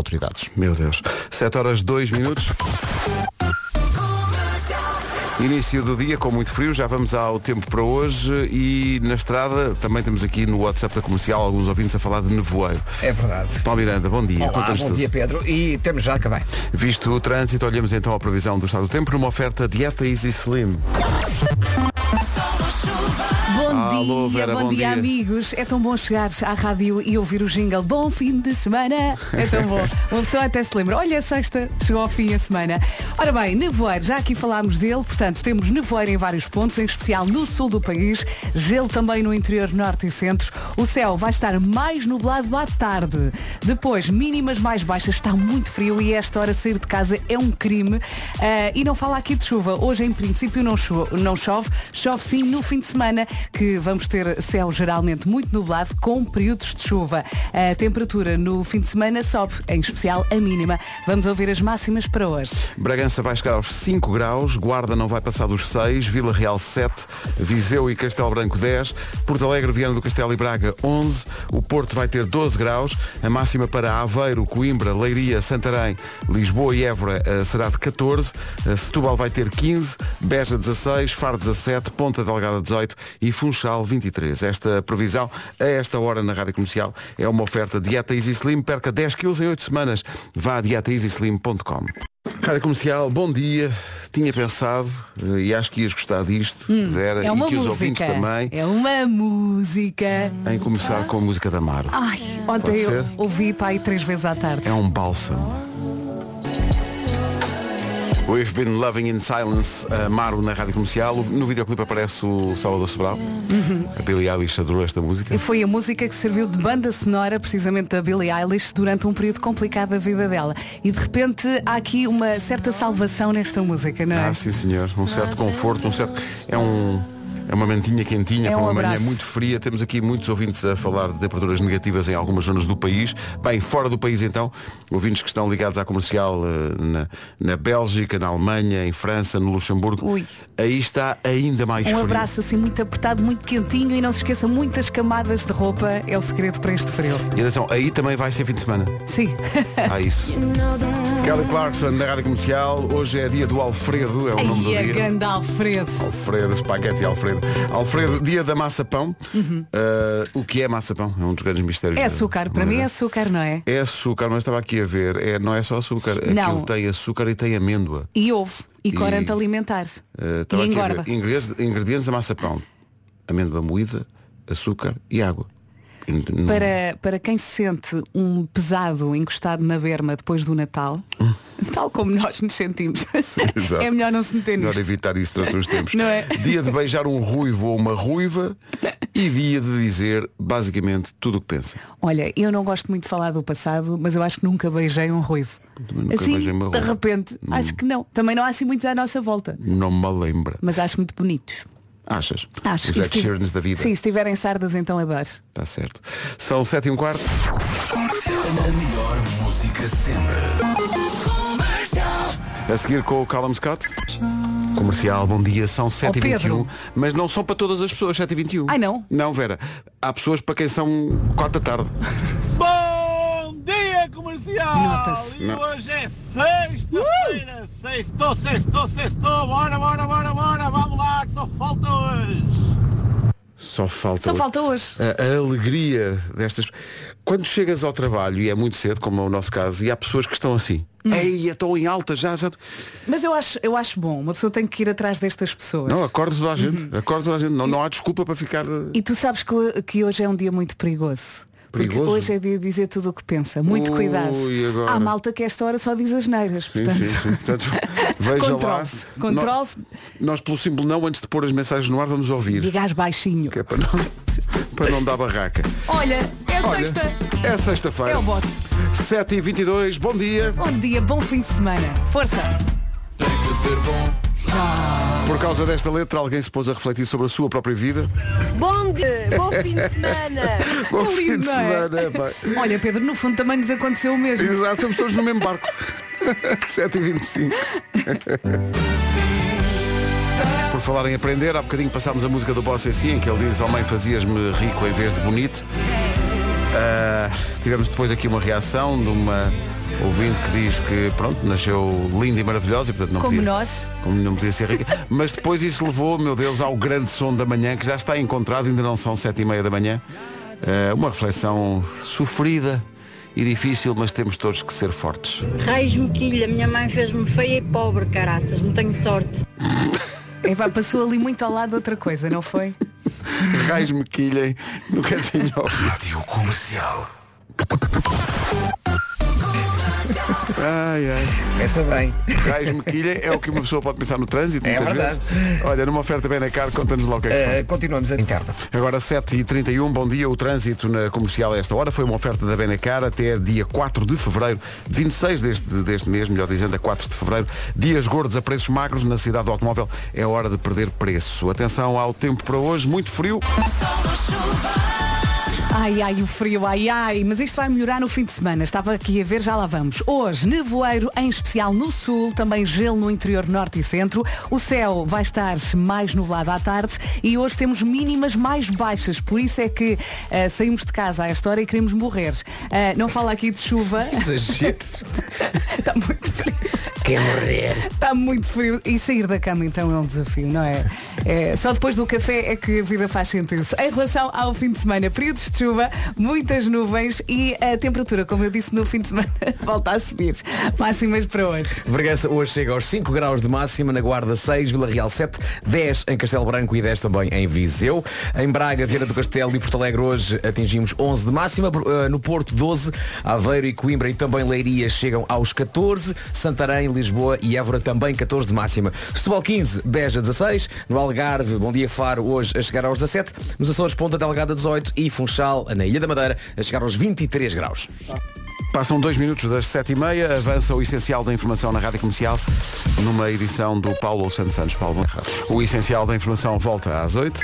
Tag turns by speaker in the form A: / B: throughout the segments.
A: autoridades.
B: Meu Deus. 7 horas 2 minutos. Início do dia com muito frio, já vamos ao tempo para hoje e na estrada também temos aqui no WhatsApp da comercial alguns ouvintes a falar de nevoeiro.
C: É verdade.
B: Paulo Miranda, bom dia.
C: Olá,
B: Conta-nos
C: bom
B: tudo.
C: dia Pedro e temos já que vai.
B: Visto o trânsito, olhamos então a previsão do estado do tempo numa oferta Dieta Easy Slim.
D: Bom
B: Alô,
D: dia,
B: Vera,
D: bom,
B: bom
D: dia,
B: dia.
D: amigos. É tão bom chegares à rádio e ouvir o jingle. Bom fim de semana. É tão bom. Uma pessoa até se lembra. Olha, sexta chegou ao fim a semana. Ora bem, nevoeiro, já aqui falámos dele, portanto, temos nevoeiro em vários pontos, em especial no sul do país, gelo também no interior norte e centro. O céu vai estar mais nublado à tarde. Depois, mínimas mais baixas, está muito frio e a esta hora sair de casa é um crime. Ah, e não fala aqui de chuva. Hoje, em princípio, não chove, não chove. Chove sim no fim de semana, que vamos ter céu geralmente muito nublado, com períodos de chuva. A temperatura no fim de semana sobe, em especial a mínima. Vamos ouvir as máximas para hoje.
B: Bragança vai chegar aos 5 graus, Guarda não vai passar dos 6, Vila Real 7, Viseu e Castelo Branco 10, Porto Alegre, Viana do Castelo e Braga 11, o Porto vai ter 12 graus, a máxima para Aveiro, Coimbra, Leiria, Santarém, Lisboa e Évora eh, será de 14, eh, Setúbal vai ter 15, Beja 16, Faro 17, Ponta Delgada 18 e Funchal 23. Esta previsão, a esta hora na Rádio Comercial, é uma oferta Dieta Easy Slim, perca 10 quilos em 8 semanas. Vá a dietaeasyslim.com. Rádio Comercial, bom dia. Tinha pensado, eh, e acho que ias gostar disto, Vera,
D: é uma
B: e que os ouvintes
D: música.
B: também,
D: É uma música.
B: em começar com a música da Mar.
D: Ai,
B: Pode
D: ontem
B: ser?
D: eu ouvi para aí três vezes à tarde.
B: É um bálsamo. We've been loving in silence a Maro na Rádio Comercial. No videoclipe aparece o Salvador Sobral.
D: Uhum.
B: A Billie Eilish adorou esta música.
D: E Foi a música que serviu de banda sonora, precisamente da Billie Eilish, durante um período complicado da vida dela. E de repente há aqui uma certa salvação nesta música, não é?
B: Ah, sim senhor. Um certo conforto, um certo. É um. É uma mantinha quentinha
D: É
B: para
D: um
B: uma manhã
D: abraço.
B: muito fria. Temos aqui muitos ouvintes a falar de temperaturas negativas em algumas zonas do país. Bem, fora do país então, ouvintes que estão ligados à comercial eh, na, na Bélgica, na Alemanha, em França, no Luxemburgo.
D: Ui.
B: Aí está ainda mais
D: um
B: frio.
D: abraço assim muito apertado, muito quentinho e não se esqueça, muitas camadas de roupa é o segredo para este frio.
B: E atenção, aí também vai ser fim de semana.
D: Sim.
B: Há isso. Kelly Clarkson na Rádio Comercial. Hoje é dia do Alfredo, é o nome do
D: Aí
B: dia.
D: é grande Alfredo.
B: Alfredo, espaguete e Alfredo. Alfredo, dia da maçapão. Uh, o que é maçapão? É um dos grandes mistérios.
D: Uhum. É
B: da-
D: açúcar,
B: da
D: para mim é
B: humanidade.
D: açúcar, não é?
B: É açúcar, mas estava aqui a ver. É, não é só açúcar.
D: Não.
B: Aquilo tem açúcar e tem amêndoa.
D: E ovo, e corante
B: E-
D: alimentar.
B: Uh,
D: e
B: estava aqui a ver.
D: engorda.
B: Ingredientes, ingredientes da maçapão. Amêndoa moída, açúcar e água. E n- n-
D: Para, para quem se sente um pesado encostado na berma depois do Natal, tal como nós nos sentimos,
B: exato.
D: é melhor não se meter
B: Melhor
D: nisto.
B: evitar isso durante uns tempos.
D: Não é?
B: Dia de beijar um ruivo ou uma ruiva e dia de dizer basicamente tudo o que pensa.
D: Olha, eu não gosto muito de falar do passado, mas eu acho que nunca beijei um ruivo.
B: Também nunca
D: assim,
B: beijei uma
D: de
B: ruiva.
D: repente, acho que não. Também não há assim muitos à nossa volta,
B: Não me lembra.
D: mas acho muito bonitos.
B: Achas?
D: Acho
B: Os
D: E se
B: Ed
D: tiv-
B: Sheerans da vida.
D: Sim, se tiverem sardas, então adoro.
B: Está Tá certo. São sete e um quarto. A seguir com o Callum Scott. Comercial, bom dia, são 7h21.
D: Pedro.
B: mas não são para todas as pessoas 7h21.
D: Ai, não?
B: Não, Vera. Há pessoas para quem são 4 da tarde.
E: Bom dia comercial!
D: Nota-se.
E: E
B: Não.
E: hoje é sexta-feira! Sextou, sextou, sextou! Bora, bora, bora, bora! Vamos lá, que só falta hoje!
B: Só falta.
D: Só falta hoje.
B: A, a alegria destas. Quando chegas ao trabalho e é muito cedo, como é o nosso caso, e há pessoas que estão assim.
D: Hum.
B: Ei, estou em alta já, já.
D: Mas eu acho, eu acho bom, uma pessoa tem que ir atrás destas pessoas.
B: Não, acorda toda a gente.
D: Uhum.
B: Acorda toda a gente. Não, não há desculpa para ficar. eh,
D: E tu sabes que, ho- que hoje é um dia muito perigoso. Porque
B: Perigoso?
D: hoje é dia de dizer tudo o que pensa. Muito
B: Ui,
D: cuidado.
B: agora?
D: Há malta que esta hora só diz as neiras.
B: Sim,
D: Portanto,
B: sim, sim. Portanto, veja lá.
D: Controle-se, controle-se.
B: Nós, nós, pelo símbolo não, antes de pôr as mensagens no ar, vamos ouvir.
D: diga às baixinho.
B: Que é para não, para não dar barraca.
D: Olha, é
B: Olha,
D: sexta.
B: é sexta-feira.
D: É o boss.
B: 7h22, bom dia.
D: Bom dia, bom fim de semana. Força.
B: Por causa desta letra, alguém se pôs a refletir sobre a sua própria vida.
F: Bom dia, bom fim de semana.
B: Bom
D: Que
B: fim
D: lindo,
B: de
D: não é?
B: semana. pá.
D: Olha, Pedro, no fundo também nos aconteceu o mesmo.
B: Exato, estamos todos no mesmo barco. 7h25. Por falar em aprender, há bocadinho passámos a música do Boss assim, em que ele diz, oh mãe, fazias-me rico em vez de bonito. Ah, tivemos depois aqui uma reação de uma ouvinte que diz que, pronto, nasceu linda e maravilhosa e, portanto, não
D: Como
B: podia,
D: nós.
B: Como não podia ser rica. Mas depois isso levou, meu Deus, ao grande som da manhã, que já está encontrado, ainda não são sete e meia da manhã. Eh, uma reflexão sofrida e difícil, mas temos todos que ser fortes.
G: Raiz moquilha, minha mãe fez-me feia e pobre, caraças, não tenho sorte.
D: Epá, passou ali muito ao lado de outra coisa, não foi?
B: Raios me quilhem no cantinho.
H: Rádio Comercial.
B: Ai, ai.
I: Essa É bem.
B: Raios mequilha é o que uma pessoa pode pensar no trânsito.
I: É
B: muitas
I: verdade.
B: Vezes. Olha, numa oferta bem na cara, conta-nos lá o que é que se passa.
I: Eh, continuamos a interna.
B: Agora 7h31, bom dia. O trânsito na comercial a esta hora foi uma oferta da Benacar até dia 4 de fevereiro, 26 deste, deste mês, melhor dizendo, a 4 de fevereiro. Dias gordos a preços magros na cidade do automóvel. É hora de perder preço. Atenção ao tempo para hoje, muito frio.
D: Ai, ai, o frio, ai, ai. Mas isto vai melhorar no fim de semana. Estava aqui a ver, já lá vamos. Hoje, nevoeiro, em especial no sul, também gelo no interior norte e centro. O céu vai estar mais nublado à tarde e hoje temos mínimas mais baixas. Por isso é que ah, saímos de casa a esta hora e queremos morrer. Ah, não fala aqui de chuva.
I: Exagero.
D: Está muito frio. Está Tá muito frio. E sair da cama então é um desafio, não é? É, Só depois do café é que a vida faz sentido. Em relação ao fim de semana, períodos de chuva, muitas nuvens e a temperatura, como eu disse, no fim de semana volta a subir. Máximas para hoje.
C: Bragança hoje chega aos 5 graus de máxima, na Guarda 6, Vila Real 7, 10 em Castelo Branco e 10 também em Viseu. Em Braga, Vieira do Castelo e Porto Alegre hoje atingimos 11 de máxima, eh, no Porto 12, Aveiro e Coimbra e também Leiria chegam aos 14, Santarém, Lisboa e Évora também 14 de máxima. Setúbal 15, Beja 16, no Algarve, Bom Dia Faro hoje a chegar aos 17, nos Açores Ponta Delgada 18 e Funchal, na Ilha da Madeira, a chegar aos 23 graus.
B: Passam dois minutos das 7h30, avança o essencial da informação na Rádio Comercial, numa edição do Paulo Santos Santos. Paulo, bom dia. o essencial da informação volta às 8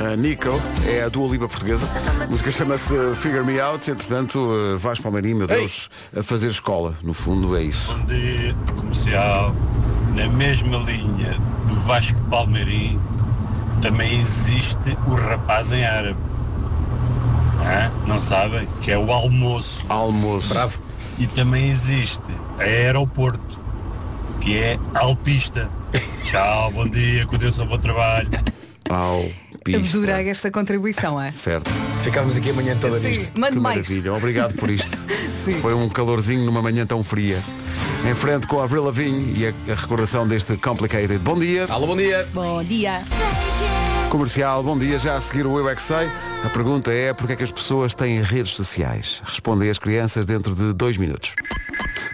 B: A Nico é a Dua Lipa portuguesa. A música chama-se Figure Me Out. Entretanto, eh, Vasco Palmeirinho, meu Deus, a fazer escola. No fundo, é isso.
E: Bom dia, comercial. Na mesma linha do Vasco Palmeirim também existe o rapaz em árabe. Hã? Não sabem? Que é o almoço.
B: Almoço.
C: Bravo.
E: E também existe a aeroporto, que é alpista. Tchau, bom dia, que Deus ao bom trabalho.
B: Ao pista.
D: Adorei esta contribuição, é?
B: Certo.
C: Ficámos aqui amanhã toda nisto.
D: Sim, mande
B: Que
D: mais.
B: maravilha. Obrigado por isto.
D: Sim.
B: Foi um calorzinho numa manhã tão fria. Em frente com a Avril Lavigne e a, a recordação deste Complicated. Bom dia.
C: Alô, bom dia.
D: Bom dia.
B: Comercial, bom dia. Já a seguir o Eu é que Sei. A pergunta é porque é que as pessoas têm redes sociais? Respondem as crianças dentro de dois minutos.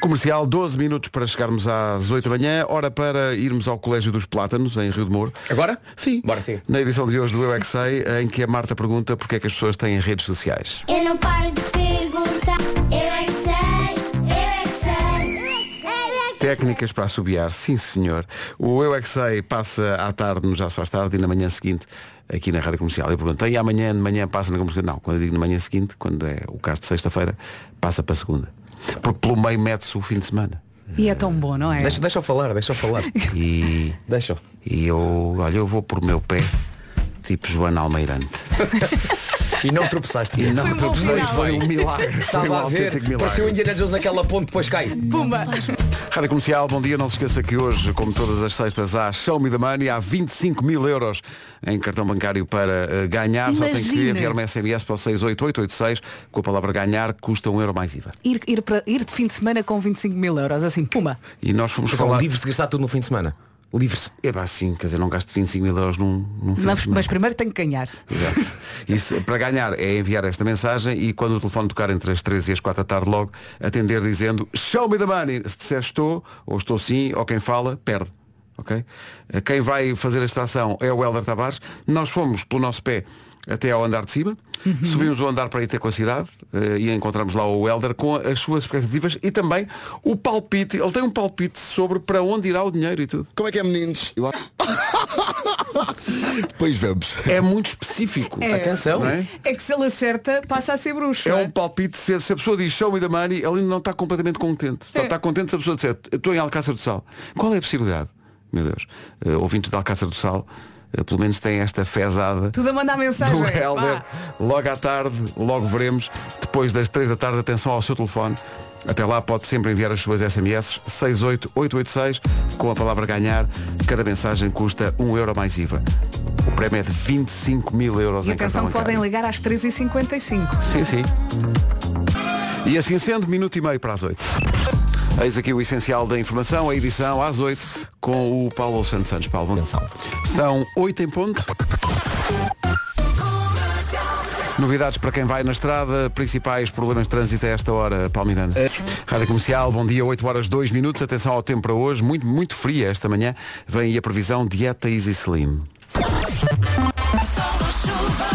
B: Comercial, 12 minutos para chegarmos às 8 da manhã, hora para irmos ao Colégio dos Plátanos, em Rio de Moro.
C: Agora?
B: Sim.
C: Bora sim.
B: Na edição de hoje do Eu é que Sei, em que a Marta pergunta porque é que as pessoas têm redes sociais.
J: Eu não paro de perguntar. Eu é que sei, eu é que sei. Eu é que
B: Técnicas para assobiar, sim senhor. O Eu é que Sei passa à tarde no Já se faz tarde e na manhã seguinte aqui na Rádio Comercial. Eu pergunto, e amanhã de manhã passa na comercial? Não, quando eu digo na manhã seguinte, quando é o caso de sexta-feira, passa para segunda. Porque pelo meio mete-se o fim de semana.
D: E é tão bom, não é?
C: Deixa, deixa eu falar, deixa eu falar.
B: E,
C: Deixa. eu.
B: e eu, olha, eu vou por meu pé, tipo Joana Almeirante.
C: E não tropeçaste.
B: E não
D: Foi um bom
B: tropecei,
D: final.
B: foi um milagre. Foi um
C: Estava a ver,
B: autêntico
C: pareceu
B: milagre.
C: Indiana Jones naquela ponte, depois cai.
D: Pumba.
B: Rádio Comercial, bom dia. Não se esqueça que hoje, como todas as sextas, há Show Me the Money, há 25 mil euros em cartão bancário para eh, ganhar. Só tem que
D: Imagina.
B: enviar uma SMS para o 68886 com a palavra ganhar, custa um euro mais IVA.
D: Ir, ir, para, ir de fim de semana com 25 mil euros, assim, puma.
B: E nós fomos
C: São
B: falar.
C: livres de um gastar tudo no fim de semana. Livres.
B: É pá, sim, quer dizer, não gasto 25 mil euros num, num fim de
D: Mas,
B: semana.
D: mas primeiro tenho que ganhar.
B: Exato. Isso, para ganhar é enviar esta mensagem e quando o telefone tocar entre as 3 e as 4 da tarde logo, atender dizendo Show me the money! Se disser estou, ou estou sim, ou quem fala, perde. ok? Quem vai fazer a extração é o Helder Tavares. Nós fomos pelo nosso pé até ao andar de cima, subimos o andar para ir ter com a cidade eh, e encontramos lá o Helder com as suas expectativas e também o palpite, ele tem um palpite sobre para onde irá o dinheiro e tudo.
H: Como é que é, meninos? Eu... Depois vemos.
B: É muito específico.
D: É.
C: Atenção.
B: Não é?
D: É que se ele acerta, passa a ser bruxo.
B: É
D: não
B: um palpite, se, se a pessoa diz show me the money, ele ainda não está completamente contente. Está, está contente se a
K: é
B: pessoa disser, estou em Alcácer do Sal. Qual é a possibilidade? Meu Deus. Eh, ouvintes de Alcácer do Sal,
K: eh, pelo menos têm esta fezada
D: Tudo a mandar mensagem.
K: do
D: é, pá.
B: é,
K: Helder. Logo à tarde, logo veremos. Depois das 3 da tarde, atenção ao seu telefone. Até lá pode sempre enviar as suas SMS 68886 com a palavra ganhar. Cada mensagem custa 1 euro mais IVA. O prémio é de 25 mil euros
D: E
K: em cartão
D: atenção que
K: bancário.
D: podem ligar às 3h55.
K: Sim, sim. E assim sendo, minuto e meio para as 8. Eis aqui o essencial da informação, a edição às 8 com o Paulo Santos Santos. Paulo, atenção. São 8 em ponto. Novidades para quem vai na estrada, principais problemas de trânsito a esta hora, Paulo Miranda.
B: É.
K: Rádio Comercial, bom dia, 8 horas 2 minutos, atenção ao tempo para hoje, muito, muito fria esta manhã, vem aí a previsão Dieta Easy Slim.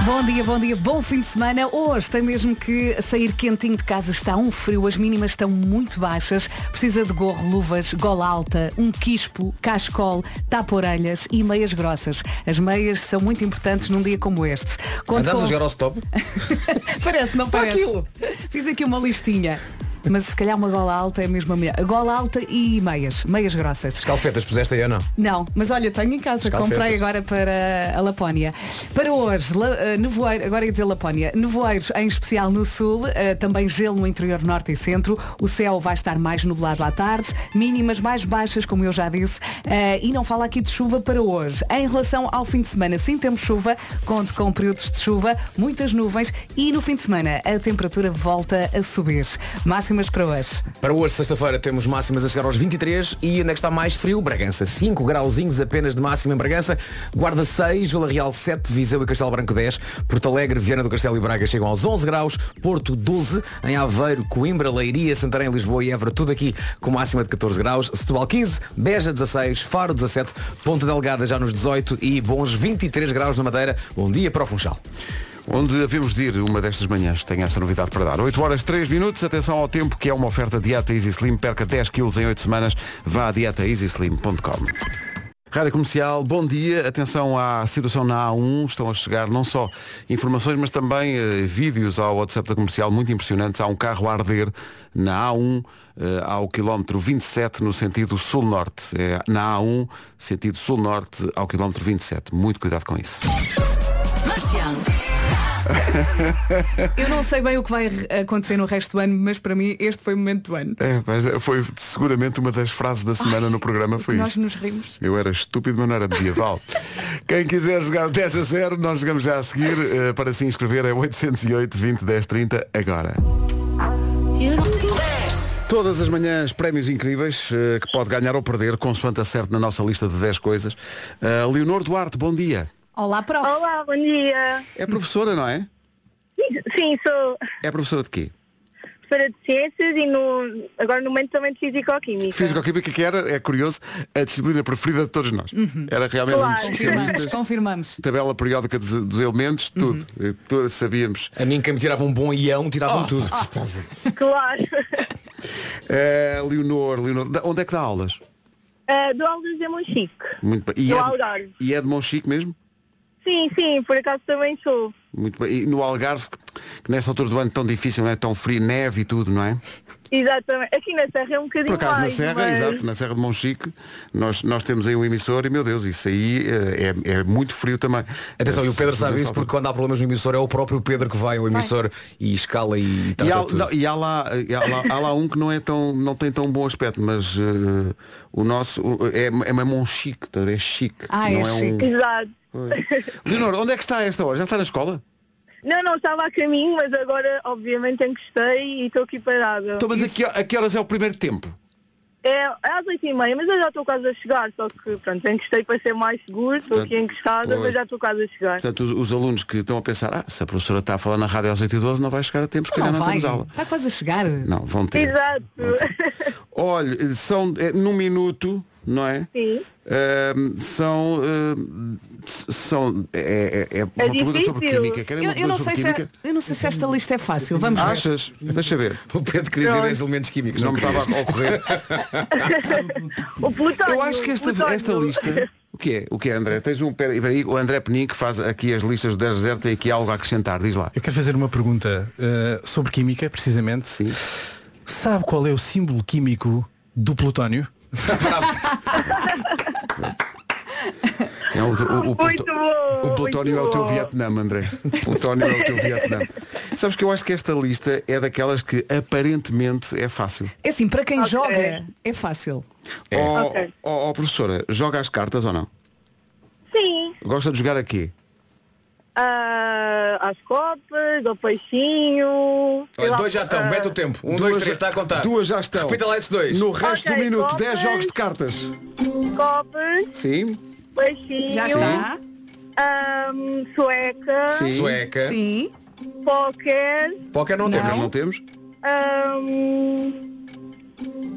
D: Bom dia, bom dia, bom fim de semana. Hoje tem mesmo que sair quentinho de casa. Está um frio, as mínimas estão muito baixas. Precisa de gorro, luvas, gola alta, um quispo, cascol, tapa-orelhas e meias grossas. As meias são muito importantes num dia como este. Conto
B: Andamos
D: com-
B: a jogar ao stop.
D: Parece, não parece? Fiz aqui uma listinha. Mas se calhar uma gola alta é mesmo a melhor. Gola alta e meias, meias grossas.
B: Calfetas puseste aí ou não?
D: Não, mas olha, tenho em casa,
B: Escalfetas.
D: comprei agora para a Lapónia. Para hoje, la, eh, nevoeiro, agora ia dizer Lapónia, nevoeiros em especial no sul, eh, também gelo no interior norte e centro, o céu vai estar mais nublado à tarde, mínimas mais baixas, como eu já disse, eh, e não fala aqui de chuva para hoje. Em relação ao fim de semana, sim temos chuva, conto com períodos de chuva, muitas nuvens e no fim de semana a temperatura volta a subir. Máximas para hoje.
B: Para hoje, sexta-feira, temos máximas a chegar aos 23 e onde é que está mais frio? Bragança, 5 grauzinhos apenas de máxima em Bragança, Guarda 6, Vila Real 7, Viseu e Castelo Branco 10, Porto Alegre, Viana do Castelo e Braga chegam aos 11 graus, Porto 12, em Aveiro, Coimbra, Leiria, Santarém, Lisboa e Évora, tudo aqui com máxima de 14 graus, Setúbal 15, Beja 16, Faro 17, Ponta Delgada já nos 18 e bons 23 graus na Madeira. Bom dia para o Funchal.
K: Onde havemos de ir uma destas manhãs, tenho essa novidade para dar. 8 horas 3 minutos, atenção ao tempo, que é uma oferta Dieta Easy Slim, perca 10 quilos em 8 semanas, vá a dietaeasyslim.com. Rádio Comercial, bom dia, atenção à situação na A1, estão a chegar não só informações, mas também eh, vídeos ao WhatsApp da Comercial muito impressionantes. Há um carro a arder na A1, eh, ao quilómetro 27, no sentido sul-norte. É na A1, sentido sul-norte, ao quilómetro 27. Muito cuidado com isso.
D: Eu não sei bem o que vai acontecer no resto do ano, mas para mim este foi o momento do ano.
K: É, mas foi seguramente uma das frases da semana no programa foi
D: Nós
K: isto.
D: nos rimos.
K: Eu era estúpido, mas não era medieval. Quem quiser jogar o 10 a 0, nós jogamos já a seguir. Eh, para se inscrever é 808 20 10 30 agora. Todas as manhãs prémios incríveis eh, que pode ganhar ou perder, consoante acerte na nossa lista de 10 coisas. Eh, Leonor Duarte, bom dia.
D: Olá, prof.
F: Olá, bom dia.
K: É professora, não é?
F: Sim, sou
K: É professora de quê?
F: professora de ciências e no, agora no momento também de fisicoquímica.
K: Físico-química, que era, é curioso, a disciplina preferida de todos nós. Era realmente um dos
F: Claro.
K: especialistas.
D: Confirmamos.
K: tabela periódica dos, dos elementos,
F: Uhum.
K: tudo. Eh, tudo sabíamos.
B: A mim quem me tirava um bom ião, tirava me tudo.
F: Claro.
K: Eh, Leonor, Leonor, da- onde é que dá aulas?
F: Ah, do Alves de Monchique.
K: Muito bem.
F: No
K: é de-
F: Algarve.
K: e é de Monchique mesmo?
F: Sim, sim, por acaso também sou.
K: Muito bem. E no Algarve, que nesta altura do ano tão difícil, não é tão frio, neve e tudo, não é?
F: Exatamente. Aqui na Serra é um bocadinho
K: Por acaso na
F: mais,
K: Serra,
F: mas-
K: exato, na Serra de Monchique, nós, nós temos aí um emissor e meu Deus, isso aí eh, é, é muito frio também.
B: Atenção, e o Pedro sabe
K: Nessa
B: isso
K: altura.
B: porque quando há problemas no emissor é o próprio Pedro que vai ao emissor e escala e
K: E
B: trata
K: há,
B: Tá, tudo.
K: não, e há lá, e há lá- há lá um que não, é tão, não tem tão bom aspecto, mas eh, o nosso o- é, é mamão chique, tá a ver? é chique.
F: Ah, é
K: não um-
F: chique. Exato.
K: Leonor, onde é que está a esta hora? Já está na escola?
F: Não, não estava a caminho, mas agora obviamente encostei e estou aqui parada.
K: Então, mas a que, a que horas é o primeiro tempo?
F: É, é às oito e meia, mas eu já estou quase a chegar, só que pronto, encostei para ser mais seguro, estou aqui encostada,
K: pois.
F: mas já estou quase a chegar.
K: Portanto, os, os alunos que estão a pensar, ah, se a professora está a falar na rádio às 8 e 12 não vai chegar a tempo, se calhar
D: Não
K: não,
D: vai.
K: temos aula.
D: Está Tá quase a chegar.
K: Não, vão ter.
F: Exato.
K: Olha, são é, num minuto, não é?
F: Sim.
K: Ahm, são ahm, s- são é, é- é uma pergunta sobre química
D: Eu,
K: Querem uma
D: eu não
K: pergunta
D: sei
K: sobre
D: se é
K: química
D: eu não sei se esta lista é fácil. Vamos ver.
K: achas deixa ver
B: o Pedro queria dizer 10 elementos químicos
K: não me estava a ocorrer
F: O Plutónio,
K: eu acho que esta
F: Plutónio.
K: esta lista o que é o que é André tens um pera- peraí, o André Penin que faz aqui as listas do 10 0 tem aqui algo a acrescentar diz lá
L: Eu quero fazer uma pergunta eh, sobre química, precisamente.
K: Sim.
L: Sabe qual é o símbolo químico do plutónio?
K: Não, É o, o- o
F: Muito
K: pluto-
F: bom,
K: o Plutónio é
F: muito
K: o teu
F: bom.
K: Vietnã, André. O Plutónio é o teu Vietnã. Sabes que eu acho que esta lista é daquelas que aparentemente é fácil.
D: É assim, para quem joga, é fácil.
B: É.
K: Ó
D: Ok.
K: ó, ó, professora, joga as cartas ou não?
F: Sim.
K: Gosta de jogar aqui?
F: Ah, às copas, ao peixinho. sei lá,
B: Dois já estão,
F: ah,
B: mete o tempo. Um,
K: Duas
B: dois, três, está a contar.
K: Duas já estão.
B: Repita lá esses dois.
K: No resto
F: Ok,
K: do minuto,
F: copas.
K: 10 jogos de cartas.
F: Copas,
K: Sim.
F: Ah, peixinho.
K: Já está.
F: ahm, sueca.
K: Sim. Sueca. Sim.
F: Póquer.
B: Póquer não,
K: temos. Não temos.
F: ahm,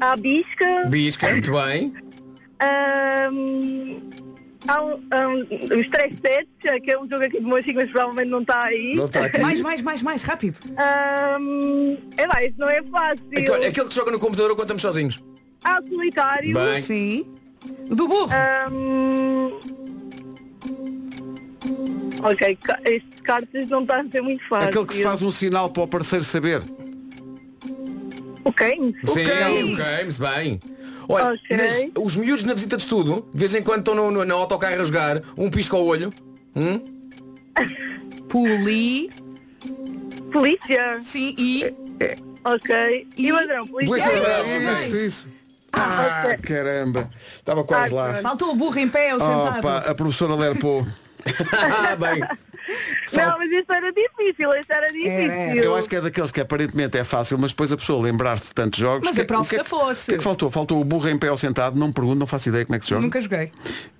F: a bisca.
B: Bisca, muito bem.
F: ahm, há um, ahm, os três sets, que é um jogo aqui de Mochico, mas provavelmente não está aí.
B: Não está Tá aqui. Mais,
D: mais, mais, mais, rápido.
F: é lá, isso não é fácil.
K: Então,
B: Aquele, aquele que joga no computador ou contamos sozinhos?
F: Há o solitário.
B: Bem.
D: Sim. Do burro.
K: Ah.
F: Ok, ca- este cartas não está a ser muito fácil.
K: Aquele que se faz um sinal para o parceiro saber.
F: O quem?
B: Sim, o Games, bem. Olha,
F: Ok.
B: nas- os miúdos na visita de estudo, de vez em quando estão no, no, na autocarro a jogar, um pisca o olho. Hum?
D: Poli.
F: Polícia?
D: Sim, e.
K: É.
F: Ok. E, o ladrão? Polícia?
K: Isso, isso. Ah, caramba. Estava
F: Ah,
K: quase lá.
D: Faltou o burro em pé ou
K: Oh,
D: sentado.
K: pá, a professora Lerpou.
B: Tá
F: Não, mas isso era difícil, isso era difícil.
K: Eu acho que é daqueles que aparentemente é fácil, mas depois a pessoa lembrar-se de tantos jogos.
F: Mas
K: que-
F: a prof
K: o que é
F: se
K: que-
F: fosse.
K: O que é que faltou? Faltou o burro em pé ou sentado, não pergunto, não faço ideia como é que se joga.
D: Nunca joguei.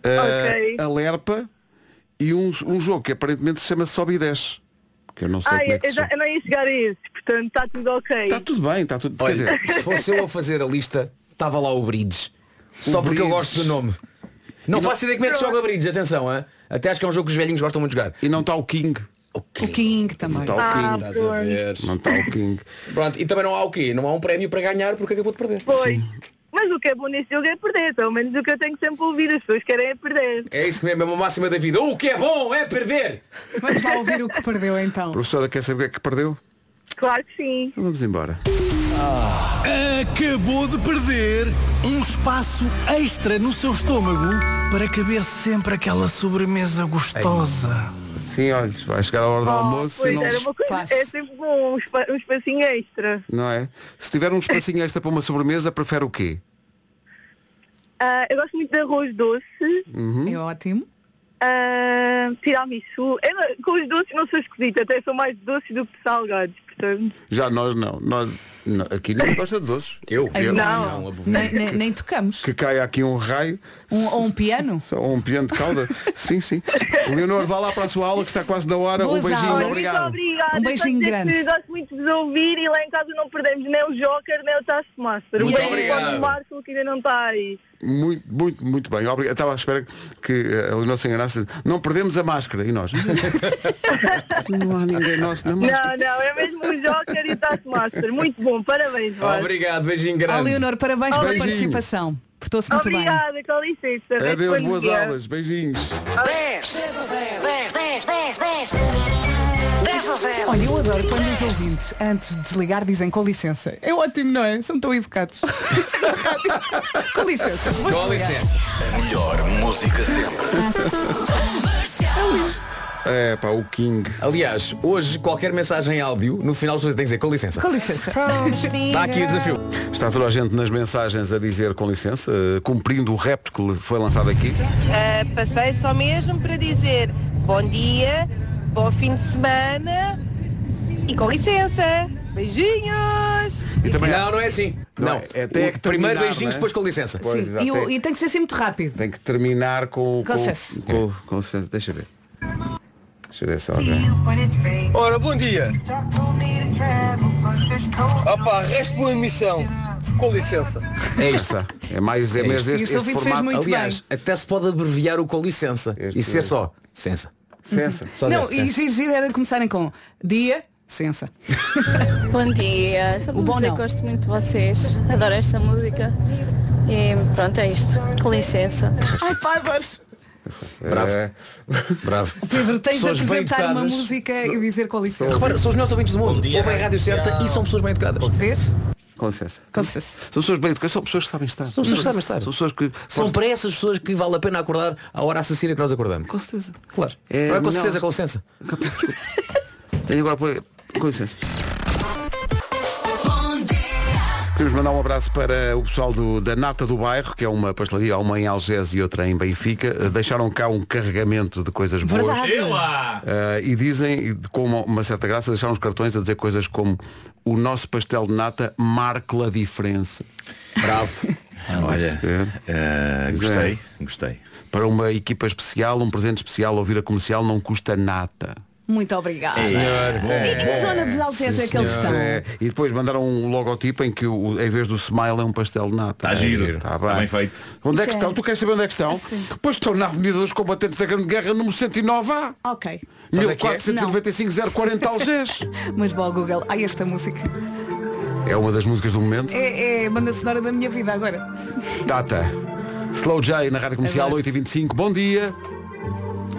K: Ah,
F: Ok.
K: A Lerpa e um, um jogo que aparentemente se chama Sobe e Desce. Que eu não sei
F: Ah,
K: como é
F: eu,
K: que se
F: já-
K: chama.
F: eu não ia chegar a isso, portanto está tudo ok.
K: Está tudo bem, está tudo.
B: Olha,
K: quer dizer,
B: se fosse eu a fazer a lista, estava lá o Bridge. Só
K: O
B: porque eu
K: Bridge.
B: gosto do nome. Não faço ideia como é que se joga Bridge, atenção, hã? até acho que é um jogo que os velhinhos gostam muito de jogar.
K: E não está o Ah, King.
D: O King também.
B: Não está o King, estás a ver.
K: Não está o King.
B: Pronto, e também não há o quê? Não há um prémio para ganhar porque acabou de perder.
F: Pois. Mas o que é bom neste jogo é perder, pelo menos o que eu tenho que sempre ouvir, as pessoas querem é perder.
B: É isso mesmo, é uma máxima da vida. O que é bom é perder!
D: Vamos lá ouvir o que perdeu então.
K: professora quer saber o que é que perdeu?
F: Claro que sim.
K: Vamos embora.
E: Acabou de perder um espaço extra no seu estômago para caber sempre aquela sobremesa gostosa.
K: Sim, olha, vai chegar a hora
D: Oh,
K: do almoço e
F: Pois
K: não,
F: era uma coisa, é sempre bom, um, espa, um espacinho extra.
K: não é? Se tiver um espacinho extra para uma sobremesa, prefere o quê?
F: Ah, eu gosto muito de arroz doce.
K: Uhum.
D: É ótimo.
F: Ah, tiramisu. Eu não- com os doces não sou esquisita, até sou mais doce do que de salgados, portanto.
K: Já nós não. Nós não. aqui ninguém gosta de doces. Eu?
D: Ai, não. nem, nem- nem tocamos.
K: Que caia aqui um raio.
D: Um, ou um piano?
K: Só um piano de cauda. sim, sim. Leonor, vá lá para a sua aula que está quase na hora.
D: Boas
K: um beijinho,
D: aulas.
F: Muito
K: obrigado.
F: obrigada.
D: Um beijinho
F: Só dizer
D: grande.
F: que Gosto muito de vos ouvir e lá em casa não perdemos nem o Joker, nem o Taskmaster.
K: Muito
F: o beijo
K: obrigado.
F: para o Marco que ainda não está aí.
K: Muito, muito, muito bem. Obrigado. Estava à espera que eh, a Leonor se enganasse. Não perdemos a máscara. E nós? não há ninguém nosso na máscara.
F: Não, não, é mesmo o Joker e o Taskmaster. Muito bom, parabéns, Vasco.
B: Obrigado, beijinho
D: Ó,
B: grande.
D: Leonor, parabéns pela
B: Beijinho.
D: participação. Portou-se muito bem.
F: Obrigada, com licença.
D: é
K: Adeus, boas aulas. Beijinhos.
M: 10, 10, 10, 10, 10. 10 a 0.
D: Olha, eu adoro quando os ouvintes, antes de desligar, dizem com licença. É ótimo, não é? São tão educados. com licença. vou
N: Com
D: desligar.
N: licença. A melhor música sempre.
K: É pá, o King.
B: Aliás, hoje qualquer mensagem em áudio, no final as pessoas têm que dizer com licença.
D: Com licença.
B: Está aqui o desafio.
K: Está toda a gente nas mensagens a dizer com licença, eh, cumprindo o repto que lhe foi lançado aqui.
M: Ah, passei só mesmo para dizer bom dia, bom fim de semana e com licença. Beijinhos!
B: não, não é assim. Não.
K: é até
B: O primeiro
K: que terminar,
B: beijinhos,
K: não é?
B: depois com licença.
K: Pois,
D: Sim,
K: exato.
D: e, o-
K: Tem-
D: e tem que ser sempre muito rápido.
K: Tem que terminar com
D: Com licença.
K: com, com licença. Deixa eu ver. Deixa eu ver só. ok?
C: Ora, bom dia. Opa, resta uma emissão. Com licença.
K: É isto. É mais é, mais
B: isto.
K: este, este formato.
B: Aliás, até se pode abreviar o com licença. e
O: é
B: ser só. Sensa.
K: Sensa.
B: Só
D: não,
B: dizer
D: e
B: sensa.
D: giro giro era começarem com dia, sensa.
G: Bom dia, só para
D: O bom
G: dizer
D: não.
G: que gosto muito de vocês, adoro esta música e pronto, é isto, com licença.
D: Ai pá, adores.
B: Bravo. Bravo.
D: Pedro, tens de
B: Pessoas bem
D: apresentar uma
B: educadas.
D: música e dizer com licença.
B: Repara, são os melhos ouvintes do mundo. Ouvem a rádio certa e são pessoas bem educadas.
D: Vês?
K: Com licença.
D: Com licença.
K: São pessoas bem educadas, são pessoas que sabem estar.
O: São pessoas que sabem estar.
K: São pessoas que.
O: São para essas pessoas que vale a pena acordar à hora assassina que nós acordamos.
K: Com certeza.
O: Claro. Não é com
K: não.
O: certeza, com licença.
K: Tenho agora por... Com licença. Queremos mandar um abraço para o pessoal do- da Nata do Bairro, que é uma pastelaria, uma em Algés e outra em Benfica. Eh, Deixaram cá um carregamento de coisas boas.
D: Verdade. Ela!
K: Eh, e dizem, e com uma, uma certa graça, deixaram uns cartões a dizer coisas como o nosso pastel de nata marca a diferença. Bravo.
C: Ah,
P: Olha, eh, gostei, gostei.
K: Para uma equipa especial, um presente especial, ouvir a comercial não custa nata.
D: Muito obrigada. E em que zona de Algés é que eles estão?
K: É, E depois mandaram um logotipo em que o, em vez do smile é um pastel de nata.
P: Está Tá giro.
K: Está
P: Está bem feito.
K: Onde é que
D: Isso é.
K: estão? Tu queres saber onde é que estão? Pois estão na Avenida dos Combatentes da Grande Guerra, número 109A.
D: Ok. Sabes o que é?
K: 1495-040 Algés.
D: Mas vou ao Google. Ai, esta música.
K: É uma das músicas do momento.
D: É, é a banda sonora da minha vida agora.
K: Tata. Slow J na Rádio Comercial, 8h25. Bom dia.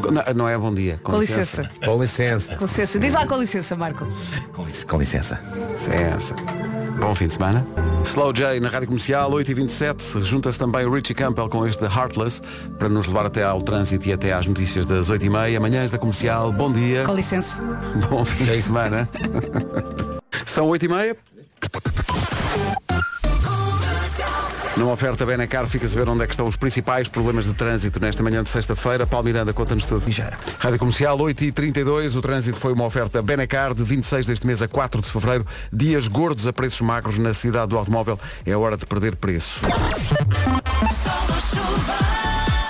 K: Não, não é bom dia. Com,
D: Com licença.
K: Com licença.
D: Com licença. Diz lá com licença, Marco.
K: Com, lic- com licença. Licença. é Bom fim de semana. Slow J na Rádio Comercial, 8h27. Junta-se também o Richie Campbell com este Heartless para nos levar até ao trânsito e até às notícias das 8h30. Amanhãs da Comercial. Bom dia.
D: Com licença.
K: Bom fim de semana. São 8h30. Numa oferta Benacar, fica a saber onde é que estão os principais problemas de trânsito nesta manhã de sexta-feira. Paulo Miranda, conta-nos tudo. Rádio Comercial, 8h32. O trânsito foi uma oferta Benacar de 26 deste mês a 4 de fevereiro. Dias gordos a preços magros na cidade do automóvel. É hora de perder preço.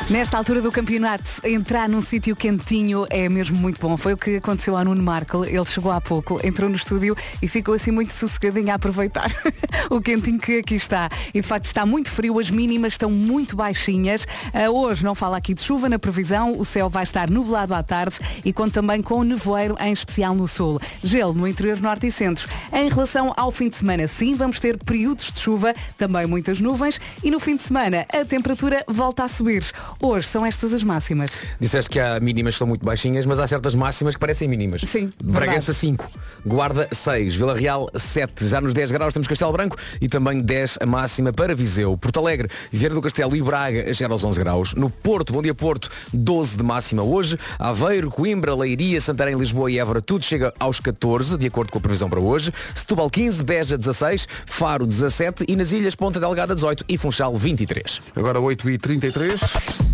D: Nesta altura do campeonato, entrar num sítio quentinho é mesmo muito bom. Foi o que aconteceu ao Nuno Marco. Ele chegou há pouco, entrou no estúdio e ficou assim muito sossegadinho a aproveitar o quentinho que aqui está. E de facto está muito frio, as mínimas estão muito baixinhas. Ah, hoje não fala aqui de chuva na previsão, o céu vai estar nublado à tarde e conta também com nevoeiro, em especial no sul. Gelo no interior norte e centro. Em relação ao fim de semana, sim, vamos ter períodos de chuva, também muitas nuvens e no fim de semana a temperatura volta a subir. Hoje são estas as máximas.
B: Disseste que há mínimas que são muito baixinhas, mas há certas máximas que parecem mínimas.
D: Sim.
B: Bragança 5, Guarda 6, Vila Real 7, já nos 10 graus temos Castelo Branco e também 10 a máxima para Viseu, Porto Alegre, Vieira do Castelo e Braga a chegar aos 11 graus. No Porto, bom dia Porto, 12 de máxima hoje, Aveiro, Coimbra, Leiria, Santarém, Lisboa e Évora, tudo chega aos 14, de acordo com a previsão para hoje, Setúbal 15, Beja 16, Faro 17 e nas Ilhas Ponta Delgada 18 e Funchal 23.
K: Agora 8h33.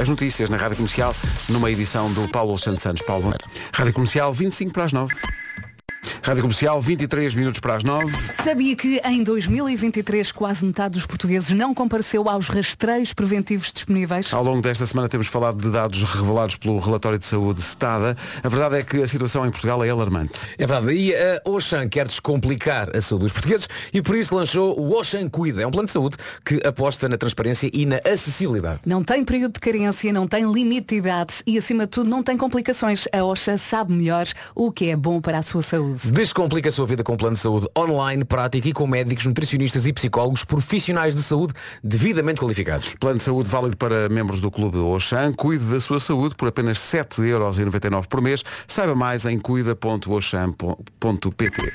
K: As notícias na Rádio Comercial, numa edição do Paulo Santos Santos. Paulo, bom- Rádio Comercial, 25 para as 9. Rádio Comercial, 23 minutos para as 9.
D: Sabia que em 2023 quase metade dos portugueses não compareceu aos rastreios preventivos disponíveis?
K: Ao longo desta semana temos falado de dados revelados pelo relatório de saúde STADA. A verdade é que a situação em Portugal é alarmante.
B: É verdade. E a Oxan quer descomplicar a saúde dos portugueses e por isso lançou o Oxan Cuida. É um plano de saúde que aposta na transparência e na acessibilidade.
D: Não tem período de carência, não tem limite de idade e, acima de tudo, não tem complicações. A OSHA sabe melhor o que é bom para a sua saúde.
B: Descomplica a sua vida com um plano de saúde online, prático e com médicos, nutricionistas e psicólogos profissionais de saúde devidamente qualificados.
K: Plano de saúde válido para membros do Clube Oxan. Cuide da sua saúde por apenas 7,99€ por mês. Saiba mais em cuida.oxan.pt